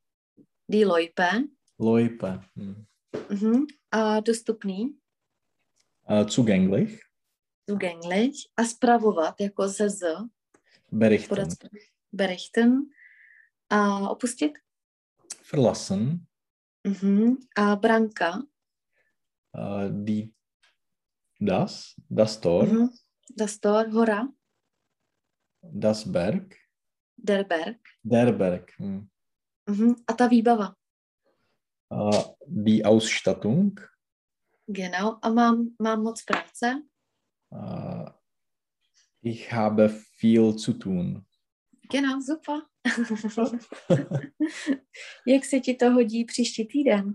Speaker 2: Die Loipe.
Speaker 1: Loipe. Mhm.
Speaker 2: Mhm. A dostupný,
Speaker 1: Äh, zugänglich.
Speaker 2: zugänglich. A spravovat jako se z,
Speaker 1: Berichten.
Speaker 2: podat berichten. A opustit.
Speaker 1: Verlassen.
Speaker 2: Mhm. A branka.
Speaker 1: Äh, die, das. Das Tor.
Speaker 2: Mhm. Das Tor, hora,
Speaker 1: Das Berg.
Speaker 2: der Berg.
Speaker 1: Der Berg. Mhm.
Speaker 2: Mhm. A ta výbava.
Speaker 1: Äh, die Ausstattung.
Speaker 2: Genau. A mám, mám moc práce.
Speaker 1: Äh, ich habe viel zu tun.
Speaker 2: Genau, super. Jak se ti to hodí příští týden?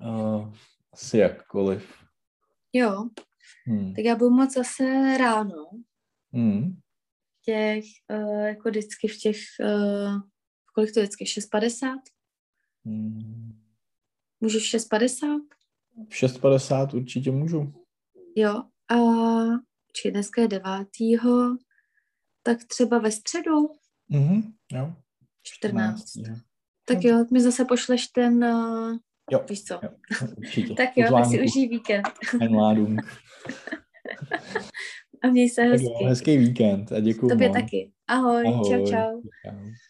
Speaker 1: Äh, asi jakkoliv.
Speaker 2: Jo,
Speaker 1: Hm.
Speaker 2: tak já budu moc zase ráno
Speaker 1: Hm.
Speaker 2: v těch, eh, jako vždycky v těch, eh, kolik to je vždycky, v 6.50?
Speaker 1: Hm.
Speaker 2: Můžu v 6.50?
Speaker 1: V 6.50 určitě můžu.
Speaker 2: Jo, a či dneska je 9. Tak třeba ve středu
Speaker 1: Mhm. Jo.
Speaker 2: 14.
Speaker 1: Jo.
Speaker 2: Tak jo, mi zase pošleš ten, eh,
Speaker 1: Jo.
Speaker 2: víš co.
Speaker 1: Jo. Určitě.
Speaker 2: Tak jo, tak si
Speaker 1: Pozvánku.
Speaker 2: užij víkend <laughs>
Speaker 1: Einladung.
Speaker 2: a měj se
Speaker 1: Tak
Speaker 2: hezky.
Speaker 1: jo, Hezký víkend a děkuji.
Speaker 2: Tobě taky. Ahoj, Ahoj. čau, čau.
Speaker 1: čau.